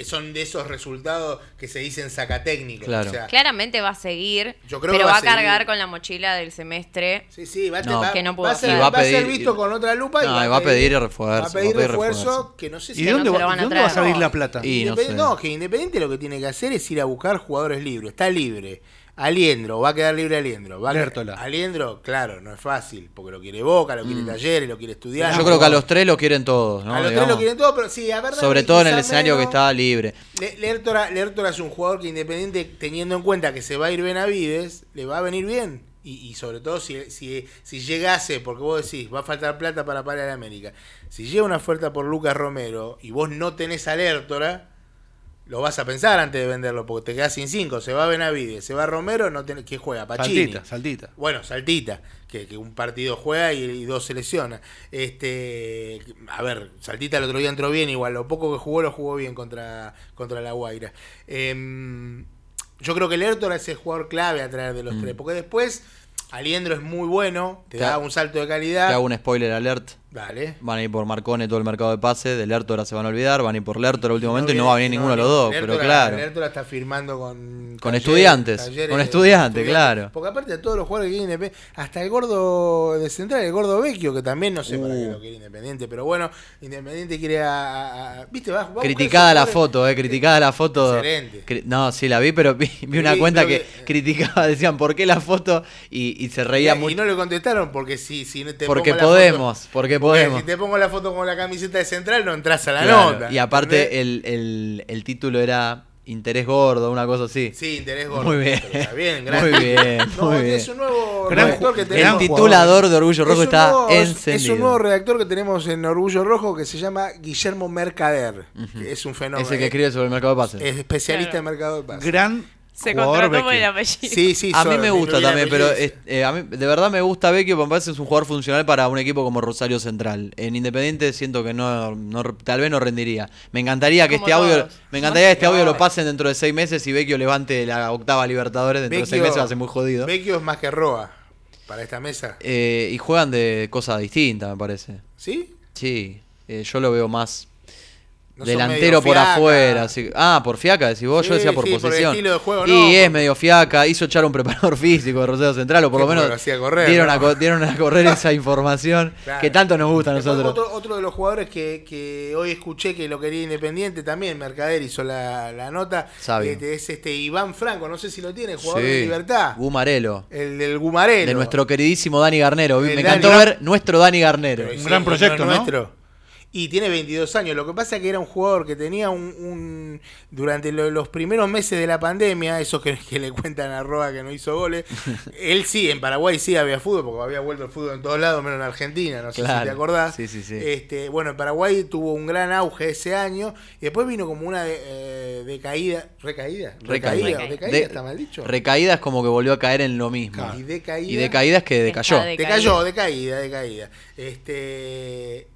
son de esos resultados que se dicen sacatécnicos. Claro. O sea, Claramente va a seguir, Yo creo pero que va va a a cargar seguir. con la mochila del semestre. Sí, sí, va, a te- No, va- que no puedo va a ser, hacer. Y va a va a ser pedir- visto con otra lupa y No, y va a pedir refuerzo, Va a pedir va a pedir refuerzo, refuerzo. que no sé si ¿Y de no dónde, se va, lo van de a dónde va a traer. salir la plata? Y- no Independ- sé. no, que Independiente lo que tiene que hacer es ir a buscar jugadores libres. Está libre. Aliendro, va a quedar libre Aliendro. Va a- Lertola. Aliendro, claro, no es fácil, porque lo quiere Boca, lo quiere Talleres, lo quiere Estudiar. Mm. Yo creo que a los tres lo quieren todos, ¿no? a los tres Digamos. lo quieren todo, pero sí, a ver, Sobre Ramírez todo en el quizá escenario que menos. estaba libre. Le- Lertora, Lertora es un jugador que Independiente, teniendo en cuenta que se va a ir Benavides, le va a venir bien. Y, y sobre todo si, si, si llegase, porque vos decís, va a faltar plata para parar a América. Si llega una oferta por Lucas Romero y vos no tenés a Lertora, lo vas a pensar antes de venderlo, porque te quedás sin cinco. Se va Benavides, se va Romero, no tenés, ¿quién juega? Pachini. Saltita, saltita. Bueno, Saltita, que, que un partido juega y, y dos se lesiona. Este, a ver, Saltita el otro día entró bien, igual lo poco que jugó lo jugó bien contra, contra la Guaira. Em, yo creo que Lertora es el jugador clave a traer de los tres, porque después Aliendro es muy bueno, te Mm. Te da ha- un salto de Te calidad. hago un spoiler alert. Dale. Van a ir por Marcone todo el mercado de pases, de Lertora se van a olvidar, van a ir por Lertora al último momento y no va a venir ninguno de los dos, Lertora- pero claro. Lertora está firmando con... Talleres, estudiantes, con estudiantes, claro. Porque aparte de todos los jugadores que quiere Independiente, hasta el gordo de Central, el gordo Vecchio, que también no sé para Uh. qué lo quiere Independiente, pero bueno, Independiente quiere a... a- a- ¿Viste? Va, va a buscar Criticada la esos jugadores. foto, eh, criticada la foto. Excelente. Cri- No, sí, la vi, pero vi, vi una Sí, cuenta que, creo que- criticaba, decían, ¿por qué la foto? Y, y se reía Eh, Y mucho. no le contestaron porque si, si no te porque pongo la foto- podemos, porque podemos. Si te pongo la foto con la camiseta de Central, no entras a la Claro, nota. Y aparte eh, el, el- el título era Interés Gordo, una cosa así. Sí, interés gordo. Muy bien. Pero Está bien, Muy gracias. bien, No, muy es bien. un nuevo Gran redactor que ju- El gran tenemos. titulador de Orgullo Rojo Es un está nuevo- encendido. Es un nuevo redactor que tenemos en Orgullo Rojo que se llama Guillermo Mercader. que es un fenómeno. Ese que escribe sobre el mercado de pases. Es especialista Claro. en mercado de pases. Gran Se jugador contrató por el Vecchio. apellido. Sí, sí, a mí Soros, me no gusta olvidé también, la pero belleza. es- eh, a mí de verdad me gusta Vecchio, porque me parece que es un jugador funcional para un equipo como Rosario Central. En Independiente siento que no, no- tal vez no rendiría. Me encantaría que Como este audio, todos. me encantaría que este audio No. lo pasen dentro de seis meses y Vecchio levante la octava Libertadores dentro de seis Vecchio- meses va a ser muy jodido. Vecchio es más que Roa para esta mesa. Eh, y juegan de cosas distintas, me parece. ¿Sí? Sí, eh, yo lo veo más No son medio delantero por fiaca. afuera. así- ah, por fiaca, decís vos, Sí, yo decía por sí, por el posición. estilo de juego, y no, es por- medio fiaca, hizo echar un preparador físico de Rosario Central, o por Que lo menos lo hacía correr, dieron, ¿no? a, co- dieron a correr esa información Claro. que tanto nos gusta a Después nosotros. Otro, otro de los jugadores que, que hoy escuché que lo quería Independiente también, Mercader hizo la, la nota. Sabio. Este, es este Iván Franco, no sé si lo tiene, jugador Sí, de Libertad. Gumarelo, El del Gumarelo. de nuestro queridísimo Dani Garnero. El Me Dani, encantó gran- ver nuestro Dani Garnero. Pero Un gran proyecto, no es ¿no? Y tiene 22 años. Lo que pasa es que era un jugador que tenía un. un- durante lo- los primeros meses de la pandemia, esos que, que le cuentan a Roa que no hizo goles, él sí, en Paraguay sí había fútbol, porque había vuelto el fútbol en todos lados, menos en Argentina, no sé si Claro. te acordás. Sí, sí, sí. Este, bueno, en Paraguay tuvo un gran auge ese año, y después vino como una de- eh, decaída. ¿Recaída? Recaída. ¿Recaída? ¿Recaída De- está mal dicho? Recaída es como que volvió a caer en lo mismo. Y decaída. Y de caídas que decayó. Está de- Te cayó, de caída, de caída. Este,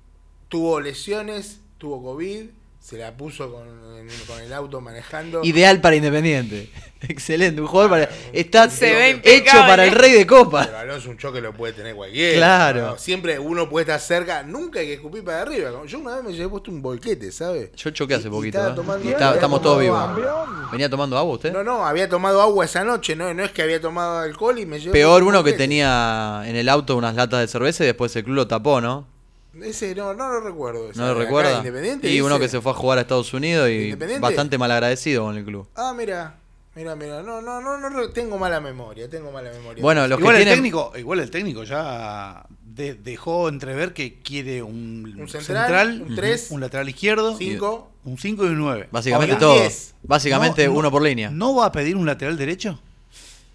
tuvo lesiones, tuvo COVID, se la puso con, en- con el auto manejando. Ideal para Independiente. Excelente, un jugador Ah, para. Está Se ve hecho impecable. para el rey de copa. Pero Alonso un choque lo puede tener cualquiera. Claro. ¿no? Siempre uno puede estar cerca, nunca hay que escupir para arriba. Yo una vez me llevé puesto un bolquete, ¿sabes? Yo choqué hace Y- y poquito. estaba ¿eh? tomando Y agua, está- había estamos todos vivos. tomado ¿Venía tomando agua usted? No, no, había tomado agua esa noche, no, no es que había tomado alcohol y me llevé. Peor puesto un uno que bolquete. tenía en el auto unas latas de cerveza y después el club lo tapó, ¿no? Ese no, no lo recuerdo. ese. ¿No lo Acá, recuerda? Independiente. Y uno dice. que se fue a jugar a Estados Unidos y ¿Independiente? bastante malagradecido con el club. Ah, mira, mira, mira. No, no, no, no, re- tengo mala memoria, tengo mala memoria. Bueno, los igual, que el tienen. técnico, igual el técnico ya de- dejó entrever que quiere un, Un central, un tres, un lateral izquierdo, 5. un 5 y un 9. Básicamente Ahora, todo. diez. Básicamente uno por línea. ¿No va a pedir un lateral derecho?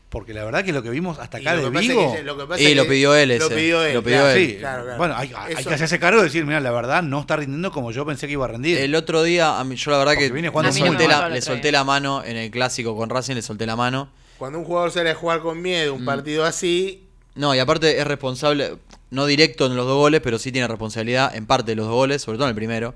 Porque la verdad que lo que vimos hasta acá Y de lo que pasa Vigo. es que- lo que pasa Y es lo que pidió él Lo ese, pidió él. lo pidió claro, él. Sí, claro, claro. bueno, hay, hay Eso- que hacerse cargo y decir, mira, la verdad no está rindiendo como yo pensé que iba a rendir. El otro día, a mí- yo la verdad Porque que viene le jugando muy solté, mal. la, le solté la mano en el clásico con Racing, le solté la mano. Mm. Cuando un jugador sale a jugar con miedo un partido así, No, y aparte es responsable. no directo en los dos goles, pero sí tiene responsabilidad en parte de los dos goles, sobre todo en el primero,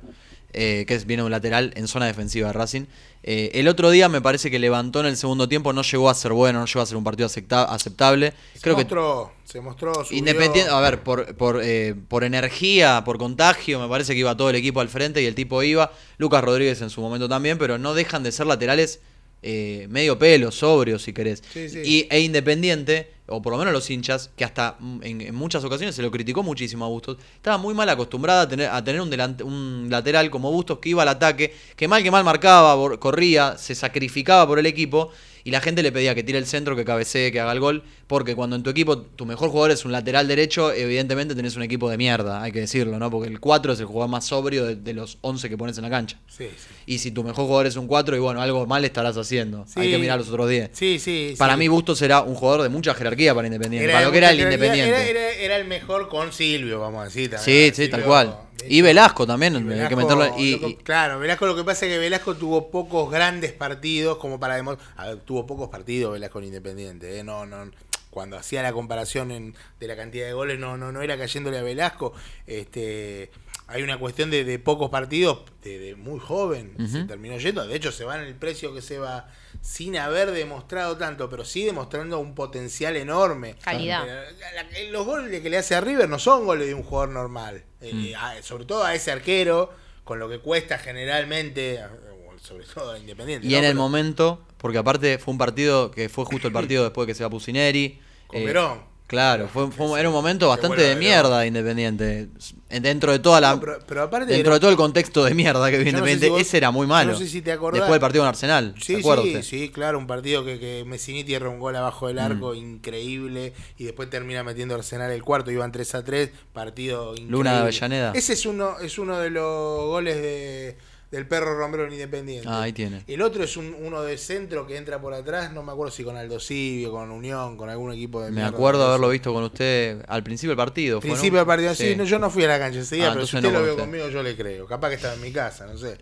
eh, que es- viene de un lateral en zona defensiva de Racing. Eh, el otro día me parece que levantó en el segundo tiempo, no llegó a ser bueno, no llegó a ser un partido acepta- aceptable. Creo se que mostró, se mostró, subió. Independiente, a ver, por, por, eh, por energía, por contagio, me parece que iba todo el equipo al frente y el tipo iba. Lucas Rodríguez en su momento también, pero no dejan de ser laterales eh, medio pelo, sobrios, si querés. Sí, sí. Y, e Independiente, o por lo menos los hinchas, que hasta mm, en, en muchas ocasiones se lo criticó muchísimo a Bustos, estaba muy mal acostumbrada a tener, a tener un, delante- un lateral como Bustos que iba al ataque, que mal que mal marcaba, bor- corría, se sacrificaba por el equipo y la gente le pedía que tire el centro, que cabecee, que haga el gol, porque cuando en tu equipo tu mejor jugador es un lateral derecho, evidentemente tenés un equipo de mierda, hay que decirlo, ¿no? Porque el 4 es el jugador más sobrio de, de los 11 que pones en la cancha. Sí, sí. Y si tu mejor jugador es un 4 y bueno, algo mal estarás haciendo. Hay que Sí. mirar los otros 10. Sí, sí. Para sí. mí Bustos era un jugador de mucha jerarquía para Independiente. para de lo que era el mucha jerarquía, Independiente. Era, era- era el mejor con Silvio, vamos a decir. también. sí, sí, Silvio, tal cual. de Y hecho, Velasco también, y hay que Velasco, meterlo. Y, loco, y- claro, Velasco lo que pasa es que Velasco tuvo pocos grandes partidos como para demostrar. A ver, tuvo pocos partidos Velasco en Independiente. ¿eh? No, no. Cuando hacía la comparación en- de la cantidad de goles, no, no, no era cayéndole a Velasco. Este, hay una cuestión de, de pocos partidos, de, de muy joven se terminó yendo. De hecho, se va en el precio que se va sin haber demostrado tanto, pero sí demostrando un potencial enorme. Calidad. Eh, la- la- Los goles que le hace a River no son goles de un jugador normal. Eh, Mm. a- sobre todo a ese arquero, con lo que cuesta generalmente, a- o sobre todo a Independiente. y ¿no? en el Pero momento, porque aparte fue un partido que fue justo el partido después que se va Pucineri. eh, Con Verón. Claro, fue, fue- era un momento bastante vuelva de Verón. mierda de Independiente. Dentro de toda la. No, pero- pero aparte dentro era- de todo el contexto de mierda que Yo viene no sé Independiente, si vos- ese era muy malo. yo no sé si te acordás. Después del partido con Arsenal, ¿se Sí, acuerda sí, usted? Mm. sí, claro, un partido que, que Messiniti erra un gol abajo del arco, increíble, y después termina metiendo Arsenal el cuarto, iban 3 a 3, partido increíble. Luna de Avellaneda. Ese es uno, es uno de los goles de- del perro Romero en Independiente. Ah, ahí tiene. El otro es un- uno de centro que entra por atrás, no me acuerdo si con Aldo Sibio, con Unión, con algún equipo de Me mierda. acuerdo haberlo visto con usted al principio del partido. ¿fue, no? Principio del partido, sí, Sí. no, yo no fui a la cancha ese día, Ah, pero si entonces usted lo no fue vio usted. conmigo, yo le creo. Capaz que estaba en mi casa, no sé.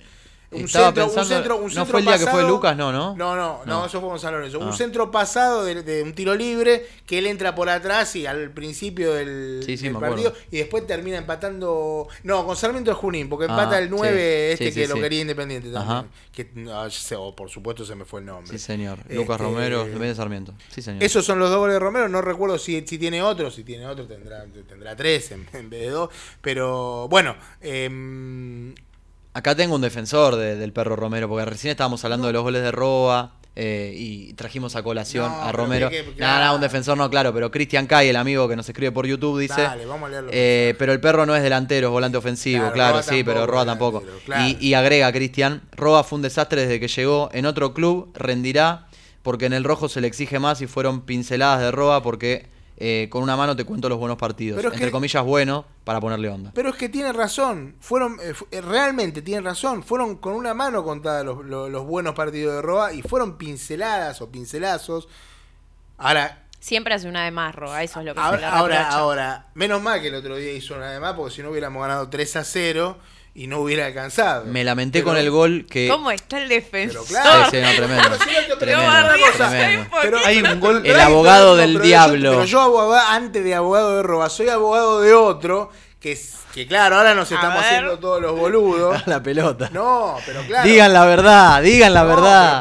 Estaba pensando- ¿no fue el día que fue Lucas? No, ¿no? No, no, no, No. eso fue Gonzalo Lorenzo. Ah. Un centro pasado de, de un tiro libre que él entra por atrás y al principio del, Sí, sí, del me acuerdo. partido y después termina empatando. No, con Sarmiento de Junín, porque Ah, empata el 9 sí, este sí, sí, que lo sí. quería Independiente Ajá. también. Que, no, ya sé, oh, por supuesto se me fue el nombre. Sí, señor. Lucas Este, Romero, Independiente Sarmiento. Sí, señor. esos son los dos goles de Romero, no recuerdo si, si tiene otro, si tiene otro tendrá, tendrá tres en, en vez de dos, pero bueno, em, Acá tengo un defensor de- del perro Romero, porque recién estábamos hablando de los goles de Roa eh, y trajimos a colación No, a pero Romero. que- que- Nada, nada, un defensor no, claro, pero Cristian Cay, el amigo que nos escribe por YouTube, dice. Dale, vamos a leerlo. eh, pero el perro no es delantero, es volante ofensivo, Claro, claro, Roa sí, pero tampoco Roa es tampoco. delantero, claro. Y, y agrega Cristian, Roa fue un desastre desde que llegó. En otro club rendirá porque en el rojo se le exige más y fueron pinceladas de Roa porque eh, con una mano te cuento los buenos partidos. Pero es Entre que- comillas, bueno, para ponerle onda. pero es que tiene razón, fueron eh, fu- eh, realmente tiene razón, fueron con una mano contadas los, lo- los buenos partidos de Roa y fueron pinceladas o pincelazos. Ahora, Siempre hace una de más, Roa, eso es lo que se le ahora, ahora, reprocha. ahora, menos mal que el otro día hizo una de más, porque si no hubiéramos ganado 3 a 0 y no hubiera alcanzado. Me lamenté Pero- con el gol que. ¿Cómo está el defensor? claro. Eh, Sí, sí, no, tremendo. Pero si no te- Tremendo, Pero, Barrio, tremendo. ¿sabes por Pero- qué? Hay un gol. El Ay, abogado del pero diablo. Yo, pero yo abogaba antes de abogado de roba, soy abogado de otro, que, es- que claro, ahora nos A estamos ver. haciendo todos los boludos. la pelota. No, pero claro. Digan la verdad, digan la No, verdad.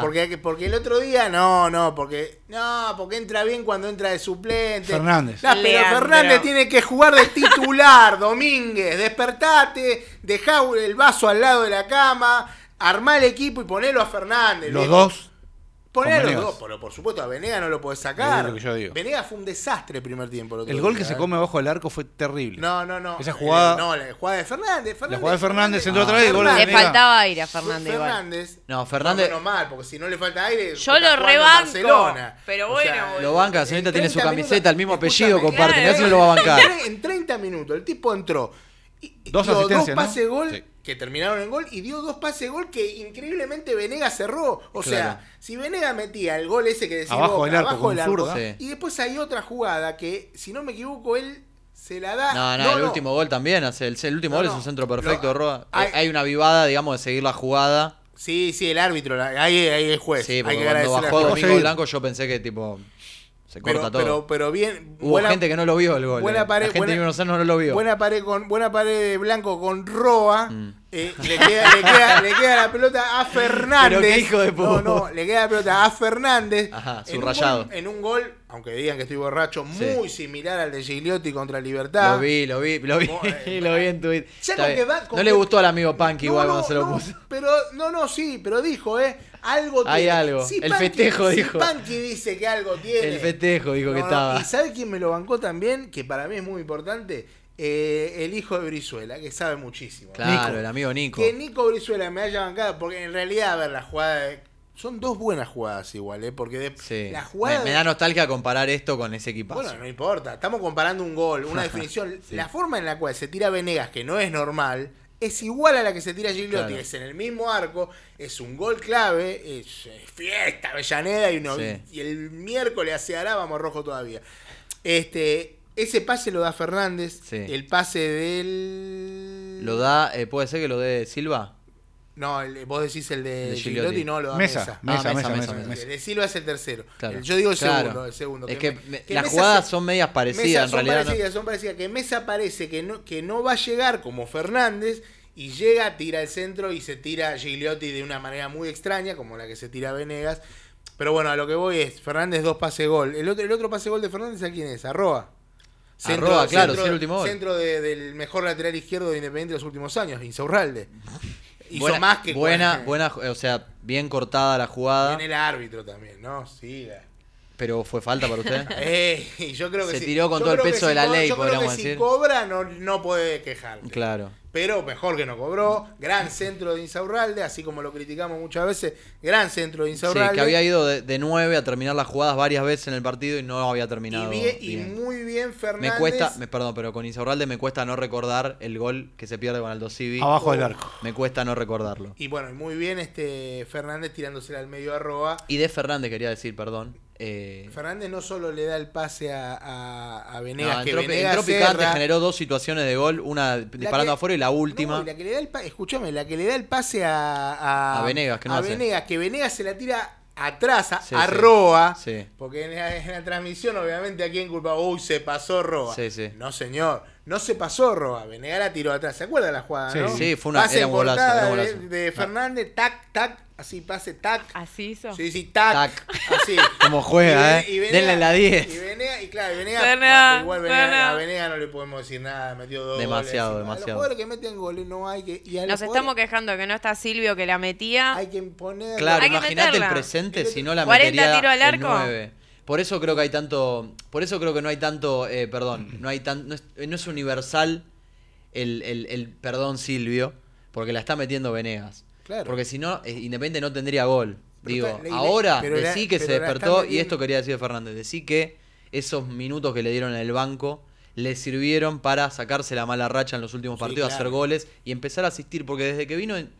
pero Porque, porque el otro día, no, no, porque. No, porque entra bien cuando entra de suplente. Fernández. No, pero Leandro. Fernández tiene que jugar de titular, Domínguez. Despertate, dejá el vaso al lado de la cama, armá el equipo y ponelo a Fernández. Los viejo. dos. Poné a Con los Venegas. dos, pero por supuesto a Venegas no lo podés sacar. Es lo que yo digo. Venegas fue un desastre el primer tiempo. otro El gol día, que se ¿eh? come abajo del arco fue terrible. No, no, no. Esa Eh, jugada- no, la jugada de Fernández. Fernández Ah, jugada de Fernández, entró otra vez y gol de Le Venegas. faltaba aire a Fernández. Fernández igual. No, Fernández- menos mal, porque si no le falta aire. Yo está lo jugando en rebanco, Barcelona. pero O bueno, sea, boludo. Lo banca, la señorita en tiene su 30 camiseta, el mismo escúchame, apellido, comparte. claro, mirá si no lo va a bancar. En tre- En 30 minutos, el tipo entró. y- y Dos dio asistencias, ¿no? Dos pases de gol Sí. que terminaron en gol y dio dos pases de gol que increíblemente Venegas cerró. O Claro. sea, si Venegas metía el gol ese que decía Abajo del arco, abajo con del arco, zurda. Sí. y después hay otra jugada que, si no me equivoco, él se la da. No, no, el último gol también. hace El, el último No, gol es no. un centro perfecto, No, Roa. hay- Eh, Hay una vivada, digamos, de seguir la jugada. Sí, sí, el árbitro, la- ahí, ahí el juez. Sí, hay porque que cuando agradecerle bajó al juez. Domingo Sí. Blanco yo pensé que tipo Se corta Pero, todo. pero, pero bien. Hubo gente que no lo vio el gol. eh. buena pared, la gente buena- de Buenos Aires no lo vio. Buena pared con buena pared de blanco con Roa. eh, le, queda, le, queda, le queda la pelota a Fernández. Pero qué hijo de puta. No, no, le queda la pelota a Fernández. Ajá, En un subrayado. gol- En un gol, aunque digan que estoy borracho, Sí. muy similar al de Gigliotti contra Libertad. Lo vi, lo vi, lo vi, Bueno, eh, lo vi en Twitter. Ya Está con que bien. va- con no le que- gustó al amigo Punk igual No, cuando no, se lo no, puso. Pero, no, no, sí, pero dijo, ¿eh? Algo Hay tiene. algo. Si El Panky- festejo si dijo. Panky dice que algo tiene. El festejo dijo que No, no, estaba. ¿Y sabe quién me lo bancó también? Que para mí es muy importante. Eh, el hijo de Brizuela, que sabe muchísimo. Claro, Nico. el amigo Nico. Que Nico Brizuela me haya bancado, porque en realidad, a ver, la jugada de- Son dos buenas jugadas igual, ¿eh? Porque de- Sí. la jugada... me, me de- da nostalgia comparar esto con ese equipazo. bueno, no importa. Estamos comparando un gol, una definición. La forma en la cual se tira Venegas, que no es normal, es igual a la que se tira Gigliotti. Claro. Es en el mismo arco, es un gol clave, es, eh, fiesta, Avellaneda, y, uno- Sí. y el miércoles hacia Ará vamos rojo todavía. Este, ese pase lo da Fernández, Sí. el pase del... Lo da, eh, puede ser que lo dé Silva. No, el- vos decís el de, El de Gigliotti. Gigliotti. no, lo da Mesa, Mesa. mesa, Ah, mesa, mesa, mesa, mesa, El mesa. de Silva es el tercero. Claro. El- yo digo el Claro. segundo, el segundo. Es que Me- me- que las Mesa jugadas se- son medias Mesa, parecidas en son realidad. no- parecidas, son parecidas. Que Mesa parece que no, que no va a llegar como Fernández y llega, tira el centro y se tira Gigliotti de una manera muy extraña, como la que se tira Venegas. Pero bueno, a lo que voy es, Fernández dos pase gol. El otro, el otro pase gol de Fernández, ¿a quién es? Arroba. Arroa, claro, sí, el último gol. Centro de- del mejor lateral izquierdo de Independiente de los últimos años, Insaurralde. Hizo buena, más que buena, buena, o sea, bien cortada la jugada, en el árbitro también, ¿no? Sí, la- pero fue falta para usted. Eh, y yo creo que Se sí. tiró con Yo todo el creo que peso si de la co- ley, yo creo podríamos que Si decir. cobra, no, no puede quejarte. claro. Pero mejor que no cobró. Gran centro de Insaurralde, así como lo criticamos muchas veces. Gran centro de Sí, Insaurralde. que había ido de, de nueve a terminar las jugadas varias veces en el partido y no había y, terminado. bien- y bien. muy bien Fernández. Me cuesta, me, perdón, pero con Insaurralde me cuesta no recordar el gol que se pierde con Aldo Civi. Abajo Oh. del arco. Me cuesta no recordarlo. Y bueno, y muy bien este Fernández tirándosela al medio arroba. Y de Fernández quería decir, perdón. eh, Fernández no solo le da el pase a, a, a no, Venegas, que entró, Venegas entró picante, erra. generó dos situaciones de gol, una disparando que- afuera y la última. No, y la que le da el pa- escúchame, la que le da el pase a, a, A Venegas, que no a hace. Venegas, que Venegas se la tira atrás, a, Sí, a sí. Roa, Sí. porque en la, en la transmisión obviamente a quién culpa, uy, se pasó Roa. Sí, sí. No, señor, no se pasó Roa, Venegas la tiró atrás, ¿se acuerda la jugada? Sí. no? Sí, fue una- Pase era un golazo, cortada era un de- golazo. Ah. De, Fernández, tac, tac, así pase, tac. Así hizo. Sí, sí, tac, Tac. así. Como juega, Y Vene- y eh. Venegas- Denle la 10. Y Venegas, y claro, y Venegas, Venegas, igual Venegas- Venegas. a Venegas no le podemos decir nada, metió dos Demasiado, goles. A los demasiado. jugadores que meten goles no hay que... y a los Nos estamos jugadores quejando que no está Silvio, que la metía. Hay que poner... Claro, Hay que imagínate el meterla. presente si no la 40 metería tiro al en arco. nueve. Por eso creo que hay tanto, por eso creo que no hay tanto, eh, perdón, no hay tan, no es, no es universal el, el- el perdón Silvio, porque la está metiendo Venegas. Claro. Porque si no, eh, Independiente no tendría gol. Pero Digo, está- le- le- ahora pero la- decí que se pero la está despertó, y metiendo- esto quería decir Fernández, decí que esos minutos que le dieron en el banco le sirvieron para sacarse la mala racha en los últimos Sí, partidos, claro. hacer goles y empezar a asistir, porque desde que vino, en-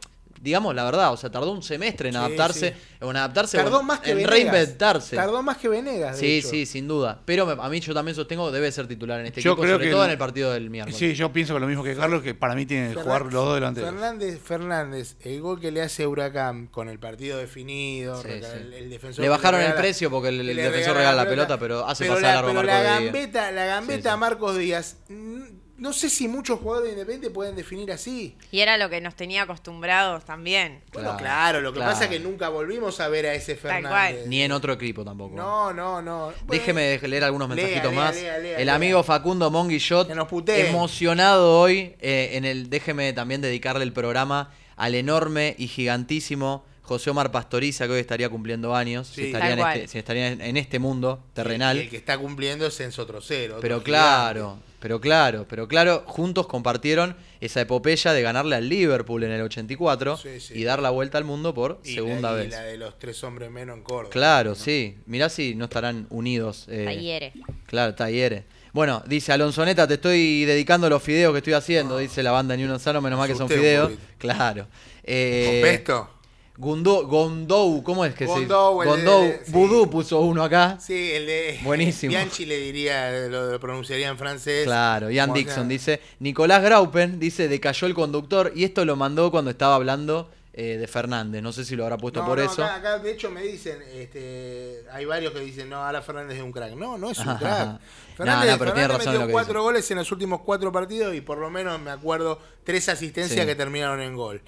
digamos la verdad, o sea, tardó un semestre en Sí, adaptarse, en adaptarse, Tardó en- más que en Venegas. reinventarse. Tardó más que Venegas, de sí, hecho. sí, sin duda. Pero me- a mí yo también sostengo debe ser titular en este Yo equipo, creo sobre que todo el- en el partido del miércoles. Sí, yo pienso que lo mismo que Carlos, que para mí tiene que Fernan- jugar los dos delanteros. Fernández, Fernández, el gol que le hace Huracán con el partido definido, Sí, reca- sí. el, el defensor Le que bajaron el regala- precio porque el, que el le defensor regala la pelota, pero hace la, pasar largo a pero Marco la de Díaz. gambeta, la gambeta Sí, sí. a Marcos Díaz. mm, No sé si muchos jugadores de Independiente pueden definir así. Y era lo que nos tenía acostumbrados también. Bueno, Claro, claro, lo que claro. pasa es que nunca volvimos a ver a ese Tal cual. Fernández. Ni en otro equipo tampoco. No, no, no. Bueno, Déjeme de- leer algunos Lea, mensajitos lea, más. lea, lea, el lea. amigo Facundo Monguillot, Que nos puteen. emocionado hoy, eh, en el déjeme también dedicarle el programa al enorme y gigantísimo José Omar Pastoriza, que hoy estaría cumpliendo años, Sí. si, estaría en Tal cual. este, si estaría en- en este mundo terrenal. El que está cumpliendo es Enzo Trocero. otro Pero gigante. claro, pero claro, pero claro, juntos compartieron esa epopeya de ganarle al Liverpool en el 84 Sí, sí. y dar la vuelta al mundo por Y segunda la, y vez. la de los tres hombres menos en Córdoba. Claro, sí. Mirá si no estarán unidos. eh, Ayer. Claro, talleres. Bueno, dice Alonsoneta, te estoy dedicando los fideos que estoy haciendo, dice la banda Ni Uno Sano, menos mal que son Asusté un fideos. poquito. Claro. ¿Con Eh, Pesto? Gundo- Gondou, ¿cómo es que se dice? Gondou, el de- Gondou, de- sí. Vudú puso uno acá. Sí, el de. Buenísimo. Bianchi le diría, lo, lo pronunciaría en francés. Claro, Ian Como Dixon acá. dice, Nicolás Graupen dice, decayó el conductor y esto lo mandó cuando estaba hablando eh, de Fernández. No sé si lo habrá puesto No, por no, eso. Acá, acá, de hecho me dicen, este, hay varios que dicen, no, ahora Fernández es un crack. No, no es un crack. Fernández, No, no, pero tiene Fernández razón en metió lo que cuatro dice. goles en los últimos cuatro partidos y por lo menos me acuerdo tres asistencias Sí. que terminaron en gol.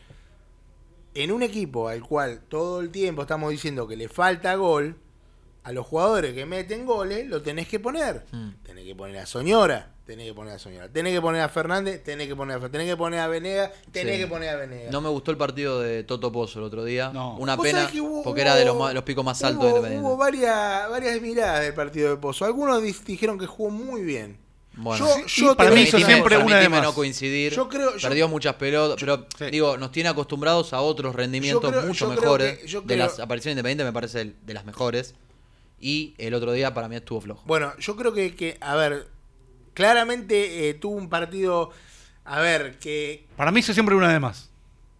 En un equipo al cual todo el tiempo estamos diciendo que le falta gol, a los jugadores que meten goles lo tenés que poner. Mm. Tenés que poner a Soñora, tenés que poner a Soñora, tenés que poner a Fernández, tenés que poner a Fer- tenés que poner a Venegas, tenés Sí. que poner a Venegas. No me gustó el partido de Toto Pozo el otro día. No. Una Vos pena, sabés que hubo- porque era de los, hubo- ma- los picos más altos hubo, de Independiente. Hubo varias, varias miradas del partido de Pozo. Algunos dis- dijeron que jugó muy bien. Bueno. yo, Sí, yo y para te- mí hizo Permitime- siempre una de permitime más. no coincidir. Yo creo- yo- Perdió muchas pelotas, pero sí. digo, nos tiene acostumbrados a otros rendimientos creo- mucho yo creo mejores. que- yo De creo- las apariciones independientes me parece el- de las mejores. Y el otro día para mí estuvo flojo. Bueno, yo creo que, que, a ver, claramente eh, tuvo un partido, a ver, que Para mí hizo siempre una de más.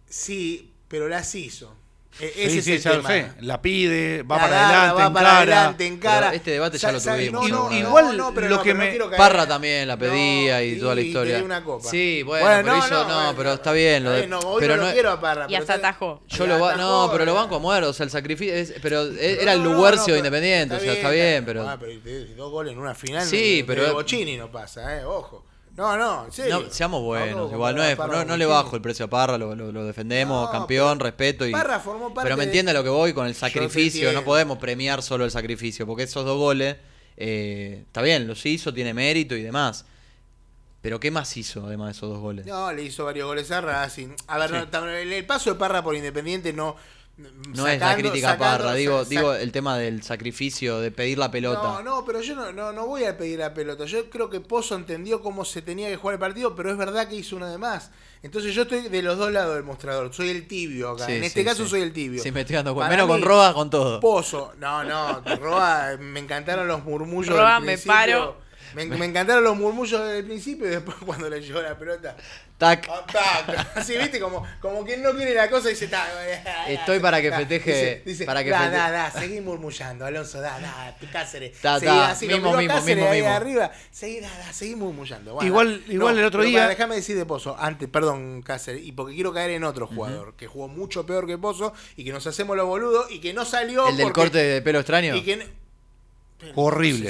sí, pero las hizo. E- Sí, ese sí, es ya el lo tema. sé. La pide, va La para agarra, adelante, va encara. para adelante, encara. Pero este debate ya Sa- lo sabe- tuvimos no, no, alguna vez. igual no, pero lo no, que pero no me- quiero caer- Parra también la pedía No, y toda la y te historia. dio una copa. Sí, bueno, pero hizo- no, pero está bien. Lo de- no, hoy pero no, lo no- quiero a Parra. Y pero hasta está- atajó. Yo Y lo ba- atajó, no, pero lo eh. banco a muerto, o sea, el sacrificio. es- pero e- era el No, no, Luguercio no, de pero Independiente, o sea, está bien, pero. Ah, pero te- dos goles en una final. Sí, de- pero- De Bochini no pasa, ¿eh? Ojo. No, no, en serio. No, seamos buenos, No, igual no, es- Parra no- con no le Bochini. bajo el precio a Parra, lo, lo- lo defendemos, No, campeón, pero respeto. Y, Parra formó parte pero me de- entiende lo que voy con el te sacrificio, entiendo. no podemos premiar solo el sacrificio, porque esos dos goles, eh, está bien, los hizo, tiene mérito y demás. Pero ¿qué más hizo además de esos dos goles? No, le hizo varios goles a Racing. A ver, no, tam- el, el paso de Parra por Independiente no. No es la crítica a Parra, digo, digo el tema del sacrificio, de pedir la pelota. No, no, pero yo no, no, no voy a pedir la pelota. Yo creo que Pozo entendió cómo se tenía que jugar el partido, pero es verdad que hizo una de más. Entonces yo estoy de los dos lados del mostrador. Soy el tibio acá. Sí, en este sí, caso sí. soy el tibio. Sí, me estoy dando Para cuenta. Menos con mí, Roa, con todo. Pozo. No, no, Roa, me encantaron los murmullos. del Roa, me principio. paro. Me, me encantaron los murmullos del principio y después cuando le llegó la pelota. Tac. ah, ta, ta. Así, viste, como, como quien no quiere la cosa dice, ta, ta, Estoy para que ta. festeje, Dice, dice, para que da, festeje. da, da, seguí murmullando, Alonso, da, da, Cáceres. Ta, seguí, ta, así lo mimo, miró mimo, Cáceres mimo, ahí mimo. arriba, seguí, da, da, seguí murmullando. Bueno, Igual- no, igual el otro pero día- para, Déjame decir de Pozo, antes, perdón, Cáceres, y porque quiero caer en otro jugador que jugó mucho peor que Pozo y que nos hacemos los boludos y que no salió. El del porque- corte de pelo extraño. y que no- Horrible.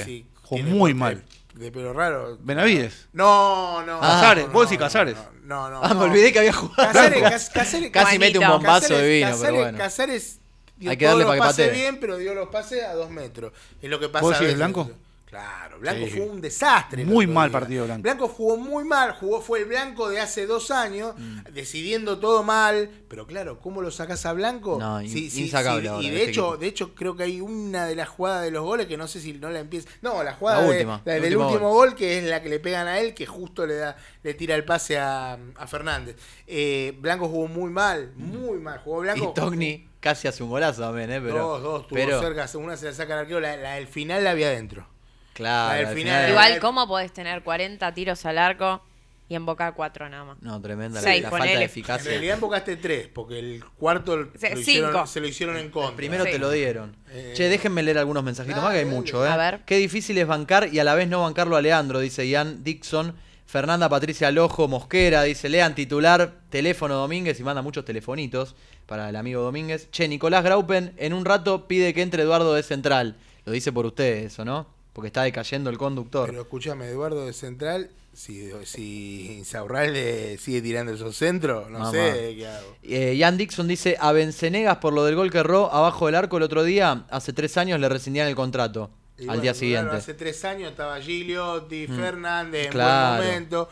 No sé si Jugó tiene muy corte mal. De pelo raro. Benavides. No, no. Casares, no, vos decís no, Casares. No, no. no, Ah, me no. olvidé que había jugado. Casares, Cas- Casares, Casi mete un bombazo de vino, Casares, pero bueno. Casares dio Hay que darle todos para los que pases patee. bien, pero dio los pases a dos metros. Es lo que pasa. ¿Vos a decís veces. Blanco? Claro, Blanco Sí. fue un desastre. el Muy otro mal día. partido Blanco. Blanco jugó muy mal, jugó, fue el Blanco de hace dos años, Mm. decidiendo todo mal. Pero claro, ¿cómo lo sacás a Blanco? No, in- insacable ahora Y de de este hecho, equipo. de hecho, creo que hay una de las jugadas de los goles que no sé si no la empieza. No, la jugada La de- última, la el del último último gol. gol gol que es la que le pegan a él, que justo le da, le tira el pase a, a Fernández. Eh, Blanco jugó muy mal, muy mal. Jugó Blanco. Y Togni casi hace un golazo también, ¿eh? Pero, dos, dos, tuvo pero, cerca, una se la saca el arquero, la, la del final la había adentro. Claro, La del al final. final- Igual, ¿cómo podés tener 40 tiros al arco y embocar 4 nada más? No, tremenda la- Seis, la, ponele. falta de En realidad eficacia. embocaste tres, porque el cuarto lo Se- cinco. hicieron, se lo hicieron en contra. Primero Sí. te lo dieron. Eh, che, déjenme leer algunos mensajitos más que hay mucho, ¿eh? A ver. Qué difícil es bancar y a la vez no bancarlo a Leandro, dice Ian Dixon. Fernanda Patricia Lojo Mosquera dice: Lean titular, teléfono Domínguez y manda muchos telefonitos para el amigo Domínguez. Che, Nicolás Graupen en un rato pide que entre Eduardo de Central. Lo dice por ustedes, eso, ¿no? Porque está decayendo el conductor. Pero escúchame, Eduardo de Central, si, si Insaurralde sigue tirando esos centros, no Mamá. sé qué hago. Eh, Ian Dixon dice, a Bencenegas por lo del gol que erró abajo del arco el otro día, hace tres años le rescindían el contrato Y al bueno, día claro, siguiente. Mm. hace tres años estaba Gigliotti, Fernández, en Claro. buen momento,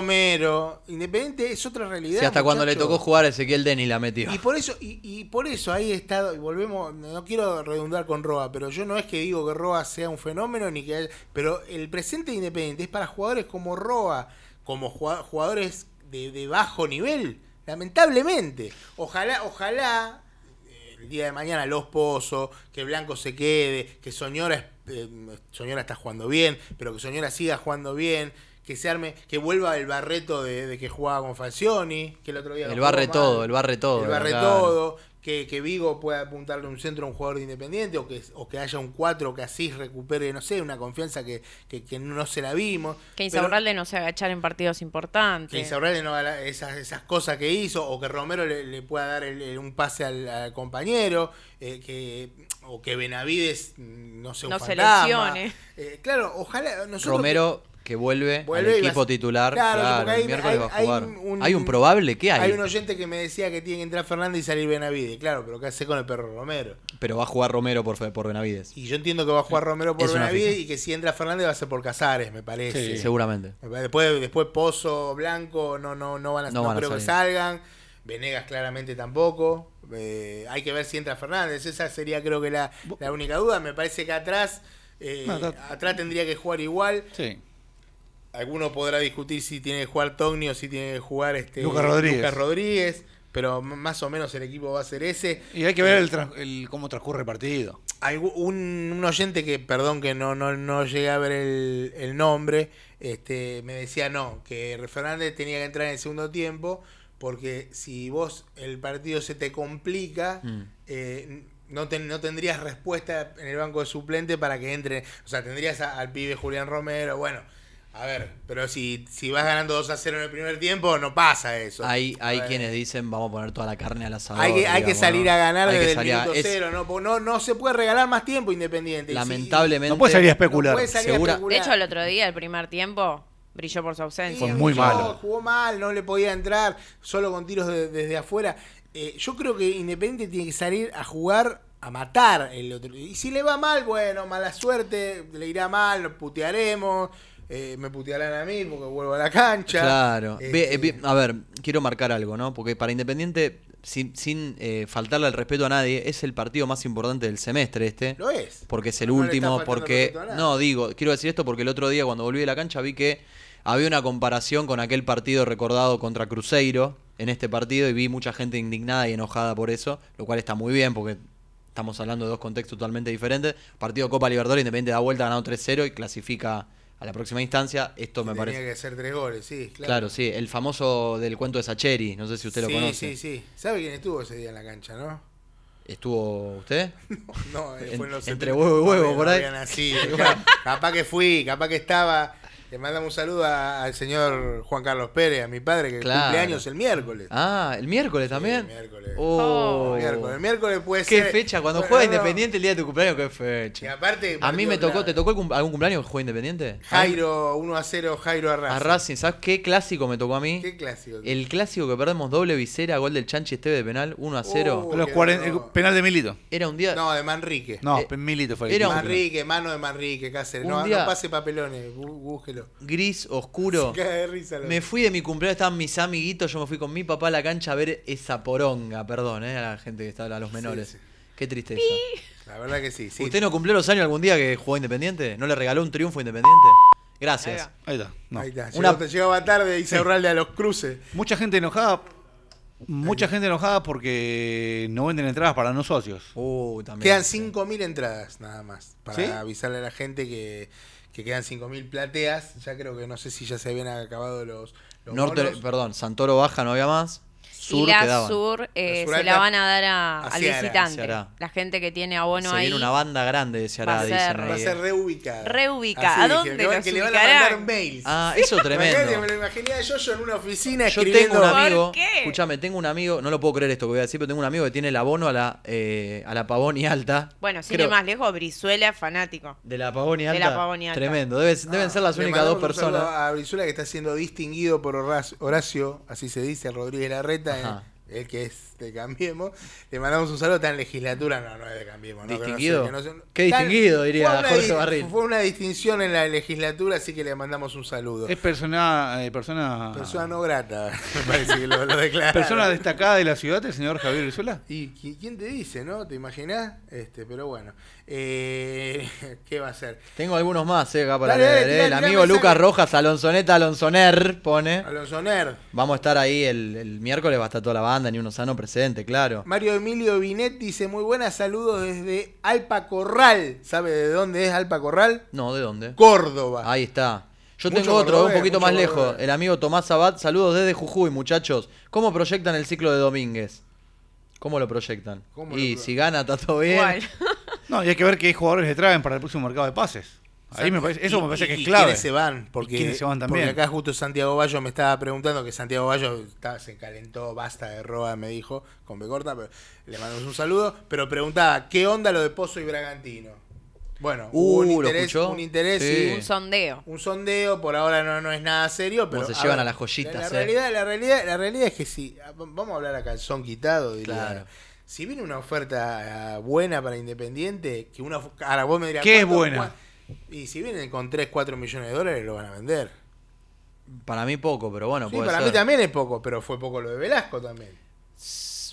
Romero. Independiente es otra realidad. Sí, hasta cuando le muchacho. tocó jugar Ezequiel Denis la metió. Y por eso, y, y por eso ahí he estado, y volvemos, no quiero redundar con Roa, pero yo no es que digo que Roa sea un fenómeno, ni que haya- pero el presente de Independiente es para jugadores como Roa, como jua- jugadores de, de bajo nivel, lamentablemente. Ojalá, ojalá eh, el día de mañana los pozos, que Blanco se quede, que Soñora, es- eh, Soñora está jugando bien, pero que Soñora siga jugando bien. que que se arme, que vuelva el barreto de, de que jugaba con Falcioni, que el otro día lo El jugó barre mal. todo, el barre todo, El barre claro. todo, que, que Vigo pueda apuntarle un centro a un jugador de independiente, o que, o que haya un 4 que así recupere, no sé, una confianza que, que, que no se la vimos. Pero- Que Insaurralde no se agachar en partidos importantes. que Insaurralde no haga la- esas, esas cosas que hizo, o que Romero le, le pueda dar el- el- un pase al, al compañero, eh, que, o que Benavides, mm, no sé, un No se fantasma. lesione. Eh, claro, ojalá nosotros... Romero que vuelve, Vuelve y al equipo vas- titular. Claro, Claro, porque el hay- miércoles hay- va a jugar. hay Hay un- un, probable, ¿qué hay? Hay un oyente que me decía que tiene que entrar Fernández y salir Benavides, claro, pero ¿qué hace con el perro Romero? Pero va a jugar Romero por, Fe- por Benavides. Y yo entiendo que va a jugar Romero por Es una Benavides fija. y que si entra Fernández va a ser por Casares, me parece. Sí. Seguramente. Después, después Pozo, Blanco, no, no, no van a, No no van a creo que salir. salgan. Venegas claramente tampoco. Eh, hay que ver si entra Fernández. Esa sería creo que la, la única duda. Me parece que atrás, eh, No, está- atrás tendría que jugar igual. Sí. Alguno podrá discutir si tiene que jugar Togni o si tiene que jugar este Lucas Rodríguez. Lucas Rodríguez, Pero m- más o menos el equipo va a ser ese. Y hay que ver el, trans- el- cómo transcurre el partido. Algu- un, un oyente que, perdón que no, no, no llegué a ver el, el nombre, este, me decía no, que Fernández tenía que entrar en el segundo tiempo, porque si vos el partido se te complica, Mm. eh, no, ten- no tendrías respuesta en el banco de suplente para que entre, o sea, tendrías a- al pibe Julián Romero, bueno, a ver, pero si, si vas ganando 2 a 0 en el primer tiempo, no pasa eso. Hay, hay Eh, quienes dicen, vamos a poner toda la carne al asador. hay que, hay que digamos, salir ¿no? a ganar Hay que desde el salir a- minuto es- cero, ¿no? Porque no, no se puede regalar más tiempo Independiente. Y si- Lamentablemente. No puede salir a especular. no puede salir a Segura- De especular. hecho, el otro día, el primer tiempo, brilló por su ausencia. Fue muy no, malo. Jugó mal, no le podía entrar, solo con tiros de- desde afuera. Eh, yo creo que Independiente tiene que salir a jugar, a matar el otro. Y si le va mal, bueno, mala suerte, le irá mal, nos putearemos, eh, me putearán a mí porque vuelvo a la cancha. Claro. Ve- Este, eh, ve- a ver, quiero marcar algo, ¿no? Porque para Independiente, sin, sin eh, faltarle el respeto a nadie, es el partido más importante del semestre este. Lo es. Porque es el No le está último, faltando porque... respeto a nadie. No, digo, quiero decir esto porque el otro día cuando volví de la cancha vi que había una comparación con aquel partido recordado contra Cruzeiro en este partido y vi mucha gente indignada y enojada por eso, lo cual está muy bien porque estamos hablando de dos contextos totalmente diferentes. Partido Copa Libertadores, Independiente da vuelta, ganado 3-0 y clasifica a la próxima instancia. Esto me Tenía parece... que hacer tres goles, sí, Claro. sí, el famoso del cuento de Sacheri, no sé si usted sí, lo conoce. Sí, sí, ¿Sabe quién estuvo ese día en la cancha, no? ¿Estuvo usted? No, eh, En- fue en los entre 70. huevo y huevo, No, por no ahí. había nacido. Bueno, capaz que fui, capaz que estaba. Le mandamos un saludo a- al señor Juan Carlos Pérez, a mi padre, que Claro. cumple años el miércoles. Ah, el miércoles también. miércoles. Oh. El miércoles. El miércoles puede Qué ser. fecha, cuando Bueno, juega no, no. Independiente el día de tu cumpleaños, qué Y fecha. aparte, A mí partido me tocó, claro. ¿te tocó el cum- algún cumpleaños que juega Independiente? Jairo, 1 a 0, Jairo a Racing. A Racing, ¿sabes qué clásico me tocó a mí? Qué clásico. El clásico que perdemos doble visera, gol del Chanchi Esteve de penal, 1 a 0. Oh. Los qué 40 horror. el penal de Milito. Era un día. No, de Manrique. No, Eh, Milito fue el era que hizo el penal. Manrique, mano de Manrique, Cáceres. Un No, día- no pase papelones, bú- búsquelo. Gris, oscuro. Caga de risa. lo- Me fui de mi cumpleaños, estaban mis amiguitos, yo me fui con mi papá a la cancha a ver esa poronga, perdón, eh, a la gente que está a los menores. sí. Qué tristeza. La verdad que sí. sí. ¿Usted no cumplió los años algún día que jugó Independiente? ¿No le regaló un triunfo a Independiente? Gracias. Ahí Ahí está. no. Ahí está. Una- Llegó- Llegaba tarde y se ahorrarle a los cruces. Mucha gente enojada. Eh. Mucha gente enojada porque no venden entradas para no socios. Uh, también. Quedan sí. 5.000 entradas nada más. Para ¿Sí? avisarle a la gente que, que quedan 5.000 plateas. Ya creo que no sé si ya se habían acabado los. los Norte, bonos. perdón, Santoro baja, no había más. Sur y la quedaban. Sur, eh, La Sur se alta la van a dar a- a al Ceará. visitante. Ceará. La gente que tiene abono Se ahí. viene una banda grande de Ceará, Va a dicen ser- ahí, Va a ser eh. reubicada. Reubica. Así ¿A dijeron, dónde que van- los que le van a mandar ubicarán? mails. Ah, eso Imagínate, tremendo. Me lo imaginé a Yoyo en una oficina Yo escribiendo. tengo un amigo, ¿Por qué? escúchame, tengo un amigo, no lo puedo creer esto que voy a decir, pero tengo un amigo que tiene el abono a la, eh, a la Pavón y Alta. Bueno, sin Creo- ir más lejos, Brizuela es fanático. De la Pavón y De Alta. la Pavón y Alta. Tremendo, debes- deben ser las Ah, Le únicas dos mandamos un saludo Ah. personas. A Brizuela que está siendo distinguido por Horacio, Horacio, así se dice, Rodríguez Larreta, eh, Ajá. el, el que es de Cambiemos. Le mandamos un saludo, está en legislatura, no, no es de Cambiemos. no, que no sé, Distinguido. que no sé- Qué Está- distinguido, diría fue una Jorge di- Barril. Fue una distinción en la legislatura, así que le mandamos un saludo. Es persona, eh, persona, Persona no grata, me parece que lo, lo declara. persona destacada de la ciudad, el señor Javier Brizuela. ¿Y qui- quién te dice, no? ¿Te imaginás? Este, pero bueno, Eh, ¿qué va a ser? Tengo algunos más, eh, acá para Dale, leer. dale, eh. tirá, el tirá amigo mensaje. Lucas Rojas, Alonsoneta, Alonsoner, pone. Alonso Ner. Vamos a estar ahí el, el miércoles, va a estar toda la banda, ni uno sano presente, claro. Mario Emilio Binet dice muy buenas saludos desde Alpa Corral. ¿Sabe de dónde es Alpa Corral? No, ¿de dónde? Córdoba. Ahí está. Yo Mucho tengo otro, cordobés, un poquito más mucho lejos. cordobés. El amigo Tomás Abad, saludos desde Jujuy, muchachos. ¿Cómo proyectan el ciclo de Domínguez? ¿Cómo lo proyectan? ¿Cómo lo y pro- si gana, está todo bien. Igual. No, y hay que ver qué jugadores le traen para el próximo mercado de pases. Ahí me parece, eso Y- me parece y- que es y clave. ¿Quiénes se van? Porque, ¿Y quiénes se van también? porque acá justo Santiago Bayo me estaba preguntando que Santiago Bayo estaba- se calentó, basta de roba, me dijo, con B corta, pero le mandamos un saludo. Pero preguntaba, ¿qué onda lo de Pozo y Bragantino? Bueno, hubo un Uh, ¿lo interés, escuchó? un interés Sí. y Un sondeo. un sondeo, por ahora no, no es nada serio, pero. se llevan a las joyitas, La, la eh. realidad, la, realidad, la realidad es que si. Vamos a hablar a calzón quitado, diría. Claro. Si viene una oferta ah, buena para Independiente, que una. of- Ahora vos me dirás. ¿Qué es ¿cuánto- buena? cua- Y si vienen con 3, 4 millones de dólares, lo van a vender. Para mí poco, pero bueno, Sí, puede para ser. mí también es poco, pero fue poco lo de Velasco también.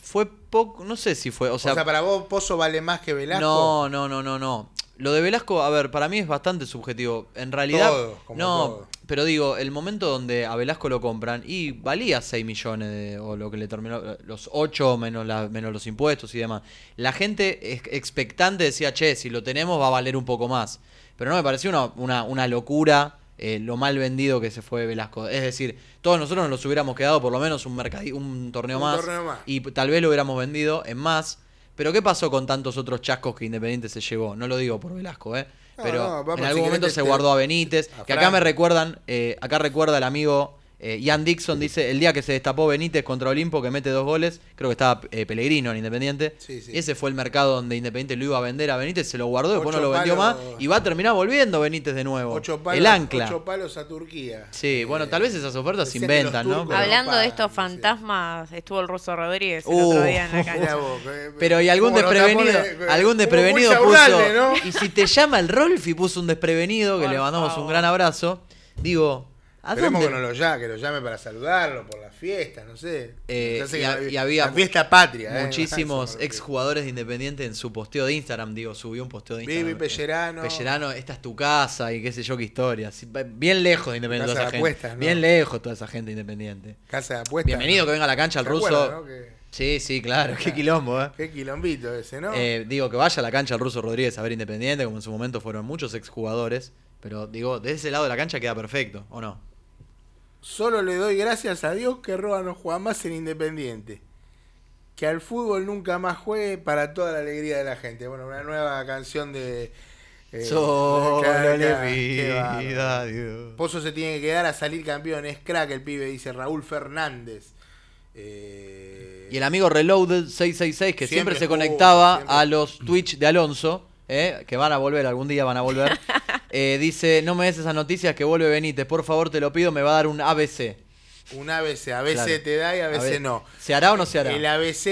Fue poco, no sé si fue, o O sea, sea, para vos Pozo vale más que Velasco. no, no, no, no, no. Lo de Velasco, a ver, para mí es bastante subjetivo. En realidad, Todo, como no, todo. pero digo, el momento donde a Velasco lo compran y valía 6 millones de- o lo que le terminó, los 8 menos, la- menos los impuestos y demás. La gente ex- expectante decía, che, si lo tenemos va a valer un poco más. Pero no me pareció una, una, una locura eh, lo mal vendido que se fue Velasco. Es decir, todos nosotros nos los hubiéramos quedado por lo menos un, mercadi- un torneo Un más. torneo más. Y p- tal vez lo hubiéramos vendido en más. Pero ¿qué pasó con tantos otros chascos que Independiente se llevó? No lo digo por Velasco, ¿eh? No, Pero no, vamos, si en algún querés momento te- se te- guardó a Benítez. a que acá me Franco. recuerdan, eh, acá recuerda el amigo eh, Ian Dixon, dice, el día que se destapó Benítez contra Olimpo, que mete dos goles, creo que estaba eh, Pellegrino en Independiente. Sí, sí. Ese fue el mercado donde Independiente lo iba a vender a Benítez, se lo guardó, después Ocho no lo vendió palos. más y va a terminar volviendo Benítez de nuevo. Ocho palos, el ancla. ocho palos a Turquía. Sí, bueno, Eh, tal vez esas ofertas se decían que los inventan, ¿no? turcos Pero- lo Hablando de pagan, estos sí. fantasmas, estuvo el ruso Rodríguez el Uh. otro día en la Mirá cancha. vos, eh, Pero y algún cómo nos eh, desprevenido, tapó de- algún cómo desprevenido fue puso. Saurralde, ¿no? Y si te llama el Rolfi puso un desprevenido que Por le mandamos un favor. gran abrazo. Digo, ¿a Esperemos dónde? que, no lo llame, que lo llame para saludarlo por las fiestas, no sé. Eh, Ya sé y que ha- la- y había la fiesta patria. eh, Muchísimos Hanson, exjugadores de Independiente en su posteo de Instagram, digo, subió un posteo de Vivi Instagram. eh, Pellerano. Pellerano, esta es tu casa y qué sé yo qué historia. Sí, Bien lejos de Independiente Casa toda esa de gente. apuestas, ¿no? Bien lejos toda esa gente de Independiente. Casa de apuestas. Bienvenido que venga a la cancha el ¿Se ruso. acuerdan, no? Que- Sí, sí, claro, qué quilombo, eh. Qué quilombito ese, ¿no? Eh, digo, que vaya a la cancha el ruso Rodríguez a ver Independiente, como en su momento fueron muchos exjugadores. Pero digo, de ese lado de la cancha queda perfecto, ¿o no? Solo le doy gracias a Dios que Roa no juega más en Independiente. Que al fútbol nunca más juegue para toda la alegría de la gente. Bueno, una nueva canción de. eh, Solo Claro, le qué pido bárbaro. a Dios. Pozo se tiene que quedar a salir campeón. Es crack el pibe, dice Raúl Fernández. Eh, Y el amigo Reloaded 666, que siempre, Siempre se estuvo, conectaba siempre. a los Twitch de Alonso, eh, que van a volver, algún día van a volver, eh, dice, no me des esas noticias que vuelve Benítez, por favor te lo pido, me va a dar un ABC. Un ABC. A veces Claro. te da y a veces ver, no. ¿Se hará o no se hará? El ABC,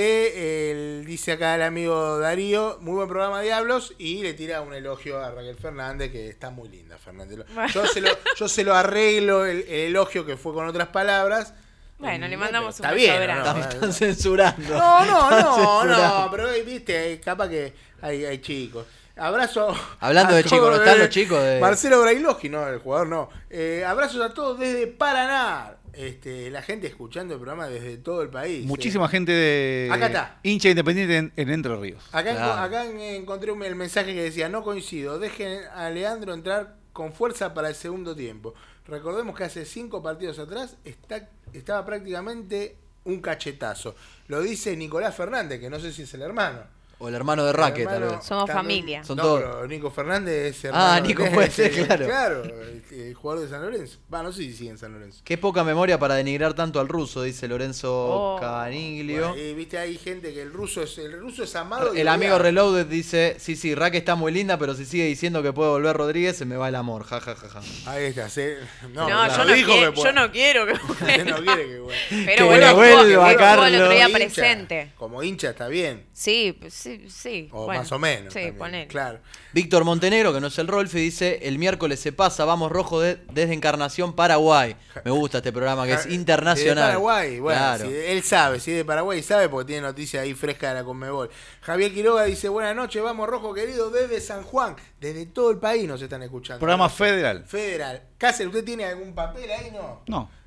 el- dice acá el amigo Darío, muy buen programa Diablos, y le tira un elogio a Raquel Fernández, que está muy linda Fernández. Yo se lo, yo se lo arreglo el, el elogio que fue con otras palabras. Bueno, le Mm, mandamos está un bien, beso ¿o no? Están, grande. están censurando. No, no, Están no, censurando. no, pero eh, viste, eh, capaz que hay, hay chicos. Abrazo. Hablando a de chicos, todos ¿no están desde- los chicos de- Marcelo Brailovsky, no, el jugador no. Eh, abrazos a todos desde Paraná. Este, la gente escuchando el programa desde todo el país. eh. Muchísima gente de Acá está. hincha independiente en, en Entre Ríos. Acá, enco- Claro. acá en- encontré un- el mensaje que decía, no coincido, dejen a Leandro entrar con fuerza para el segundo tiempo. Recordemos que hace cinco partidos atrás está, estaba prácticamente un cachetazo. Lo dice Nicolás Fernández, que no sé si es el hermano. O el hermano de El Raque, tal hermano- vez. Somos también- familia. Son no, todos. pero Nico Fernández es hermano. Ah, Nico de- puede ser, claro. Claro, este, el jugador de San Lorenzo. Va, no sé si sigue en San Lorenzo. Qué poca memoria para denigrar tanto al ruso, dice Lorenzo Oh. Caniglio. Bueno, y viste, hay gente que el ruso es, el ruso es amado. y el amigo odiado. Reloaded dice, sí, sí, Raque está muy linda, pero si sigue diciendo que puede volver Rodríguez, se me va el amor. Ja, ja, ja, ja. Ahí está, se- No, claro. yo, no Dijo quie- que yo puede. no quiero que Usted no vuelva. quiere que vuelva. Que Pero bueno, vuelva, estuvo- estuvo el Carlos. otro día Como hincha, presente. Como hincha está bien. Sí, sí, sí. O bueno, más o menos. Sí, también, ponele. Claro. Víctor Montenegro, que no es el Rolfi, dice, el miércoles se pasa, vamos rojo de- desde Encarnación, Paraguay. Me gusta este programa que es Si Eh, de internacional. Paraguay, bueno, eh. Claro. si de- él sabe, si es de Paraguay sabe porque tiene noticias ahí fresca de la Conmebol. Javier Quiroga dice, buenas noches, vamos rojo querido, desde San Juan, desde todo el país nos están escuchando. Programa federal. Federal. Cáceres, ¿usted tiene algún papel ahí? No. No.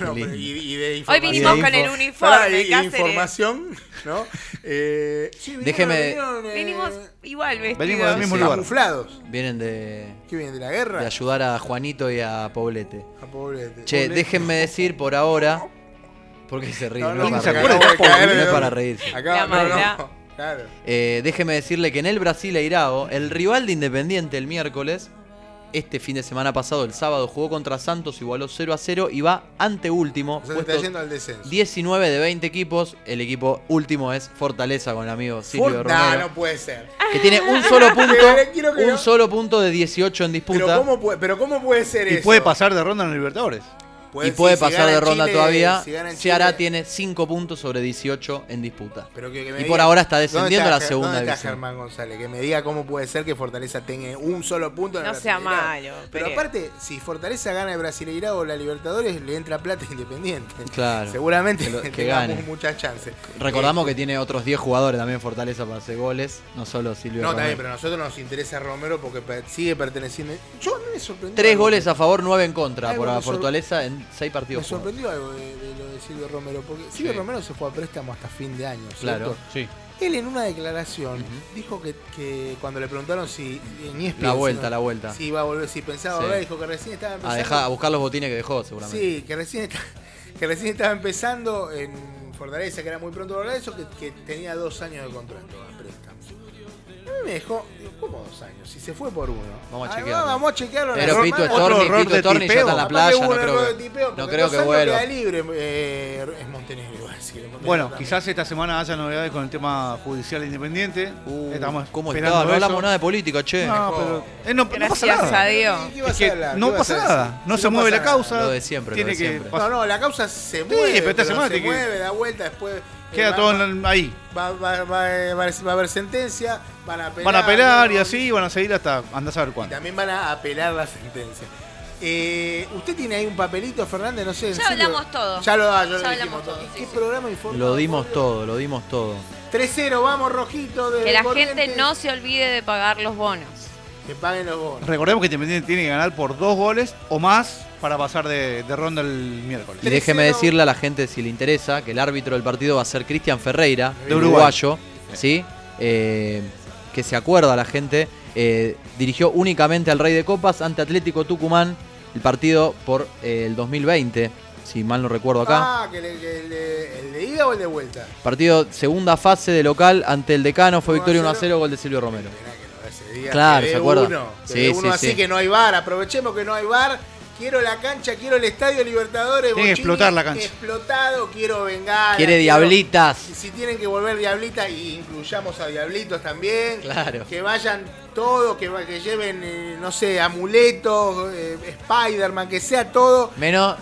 No, pero y, y de Hoy información. vinimos Y de con el info- uniforme, Pará, y- y Cáceres. información, ¿no? Eh, sí, vinieron- Déjeme- vinieron, eh, Venimos igual vestidos. Venimos del mismo Sí. lugar. camuflados. Vienen de, ¿Qué vienen de la guerra? Ah, de ayudar a Juanito y a Paulete. A pobrete. Che, Pobrete. déjenme decir por ahora. ¿Por qué se ríe? No, No, no, es porque para- acabo de no caer de- es para reírse. Acá- no, La no, maldad. Claro. Eh, déjeme decirle que en el Brasil Airao, el rival de Independiente el miércoles, este fin de semana pasado, el sábado, jugó contra Santos, igualó 0 a 0 y va ante último. O sea, se está yendo al descenso. 19 de 20 equipos. El equipo último es Fortaleza con el amigo Silvio Fort- no, Romero. no puede ser. Que tiene un solo Pero punto. quiero que un no. solo punto de 18 en disputa. Pero ¿cómo, puede, pero ¿cómo puede ser Y eso? puede pasar de ronda en los Libertadores. y puede si pasar gana de ronda Chile- todavía. si gana Ceará Chile- tiene 5 puntos sobre 18 en disputa. Pero que- que me y diga- por ahora está ¿dónde descendiendo está a la Ger- segunda ¿dónde está división. Germán González, que me diga cómo puede ser que Fortaleza tenga un solo punto. en el No sea Brasileirao. malo, Pero Pérez. aparte, si Fortaleza gana el Brasileirao o la Libertadores, le entra plata a Independiente. Claro. Seguramente Que lo- que tengamos gane. muchas chances. Recordamos que tiene otros 10 jugadores también Fortaleza para hacer goles, no solo Silvio. Eh, No, Romero. también, pero a nosotros nos interesa Romero porque per- sigue perteneciendo. Yo no me sorprendió. Tres algo. goles a favor, 9 en contra Ay, por bueno, la me sor- Fortaleza en 6 Me partidos. jugados. sorprendió algo de, de lo de Silvio Romero, porque Silvio Romero se fue a préstamo hasta fin de año, ¿cierto? Claro. Sí. Él en una declaración dijo que, que cuando le preguntaron si en ESPN, La vuelta, si no- la vuelta. si iba a volver, si pensaba Sí. volver, dijo que recién estaba A, empezando. dejar, a Ah, buscar los botines que dejó, seguramente. sí, que recién está- que recién estaba empezando en Fortaleza, que era muy pronto para eso, que, que tenía dos años de contrato a préstamo. A mí me dejó, digo, ¿cómo dos años? Si se fue por uno. Vamos a Ah, chequearlo. Vamos a chequearlo. en la Pero semana. Pito Otro Storni, error Pito de Storni ya tipeo. está en la Capaz que playa, hubo no un error creo de que, tipeo, no porque creo dos que años vuelva. queda libre, eh, es Montenegro. iba a decir, es Montenegro Bueno, también. quizás esta semana haya novedades con el tema judicial independiente. Uh, Estamos ¿Cómo está? esperando No hablamos eso. nada de Oh. política, che. No, pero, eh, no, no pasa Gracias a nada. Dios. ¿Qué vas Es a que hablar? no ¿Qué vas pasa a nada. decir? No Si se mueve pasa la nada. causa. Lo de siempre, lo Tiene de que No, siempre. pasar- no, la causa se mueve, pero esta pero semana se tiene que- mueve, da vuelta, después eh, Queda va- todo en- ahí. va, va- va- va a haber sentencia, van a apelar. Van a pelar y ¿no? así van a seguir hasta andás a ver Y cuándo. También van a apelar la sentencia. Eh, usted tiene ahí un papelito, Fernández, no sé. en Ya serio. hablamos todo. Ya lo, ah, ya lo Ya dijimos hablamos todo. todo, ¿Qué sí, sí. programa informa? Lo dimos todo, lo dimos todo. 3-0, vamos, Rojito. desde Que la gente Corrientes. no se olvide de pagar los bonos. Que paguen los bonos. Recordemos que Independiente tiene que ganar por dos goles o más para pasar de, de ronda el miércoles. Y déjeme 3-0. decirle a la gente, si le interesa, que el árbitro del partido va a ser Cristian Ferreira, De de Uruguay. uruguayo, ¿sí? Eh, que se acuerda la gente, eh, dirigió únicamente al Rey de Copas ante Atlético Tucumán el partido por eh, el 2020, si mal no recuerdo acá. Ah, que le- que le- el de ida o el de vuelta. Partido segunda fase de local ante el Decano, fue 1 a victoria 1 a 0. 0, gol de Silvio Romero. Mirá que no, ese día Claro, que ¿se dé acuerda? Uno, que Sí, dé uno sí, así sí. que no hay bar, aprovechemos que no hay bar. Quiero la cancha, quiero el estadio Libertadores. Tiene que Bochini explotar la cancha. Explotado, quiero vengar. Quiere diablitas. Si tienen que volver diablitas, y incluyamos a diablitos también. Claro. Que vayan todos, que, va- que lleven, eh, no sé, amuletos, eh, Spider-Man, que sea todo. Menos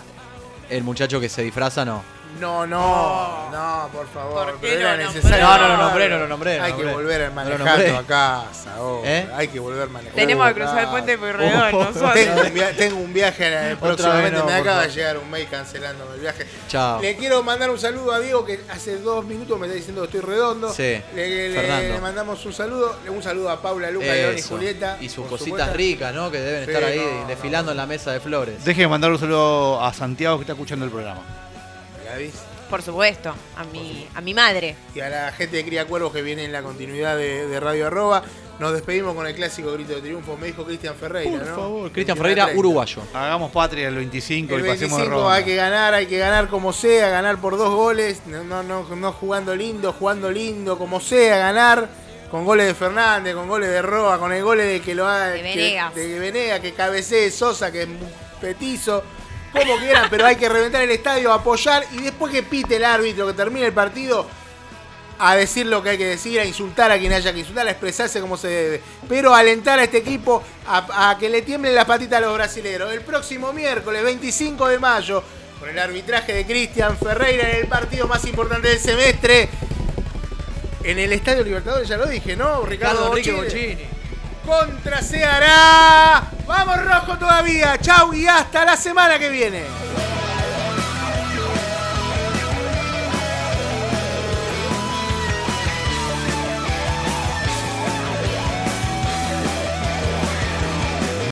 el muchacho que se disfraza, no. No, no, no, por favor. ¿Por qué pero lo era nombré? necesario. No, no, lo nombré, no lo nombré, no Hay lo que nombré. volver a No lo manejando nombré. a casa. ahora. ¿Eh? Hay que volver manejando. Tenemos a que cruzar el casa. puente Pueyrredón Tengo un, nosotros. via- tengo un viaje eh, Otra próximamente. vez no, me acaba por de favor. Ah. llegar un mail cancelándome el viaje. Chao. Le quiero mandar un saludo a Diego que hace dos minutos me está diciendo que estoy redondo. Sí, Le, le- Fernando. le mandamos un saludo. Un saludo a Paula, Luca, León y Eso. Julieta. Y sus por cositas supuesto. ricas, ¿no? Que deben Sí, estar ahí no, desfilando no. en la mesa de flores. Deje de mandar un saludo a Santiago que está escuchando el programa. ¿La vis? Por supuesto, a mi, a mi madre. Y a la gente de Cría Cuervos que viene en la continuidad de, de Radio Arroba. Nos despedimos con el clásico grito de triunfo. Me dijo Cristian Ferreira, ¿no? Cristian Ferreira, 30. uruguayo. Hagamos patria el 25 El y pasemos de 25 ronda. hay que ganar, hay que ganar como sea, ganar por dos goles, no, no, no, no jugando lindo, jugando lindo, como sea, ganar con goles de Fernández, con goles de Roa, con el gol de que lo haga De que, Venegas. de que Venegas, que cabecee Sosa, que es mu- petizo, como quieran, pero hay que reventar el estadio, apoyar y después que pite el árbitro, que termine el partido, a decir lo que hay que decir, a insultar a quien haya que insultar, a expresarse como se debe. Pero a alentar a este equipo a, a que le tiemblen las patitas a los brasileros. El próximo miércoles 25 de mayo, con el arbitraje de Cristian Ferreira en el partido más importante del semestre. En el Estadio Libertadores, ya lo dije, ¿no? Ricardo, Bochini. Contra Ceará. Vamos rojo todavía. Chau y hasta la semana que viene.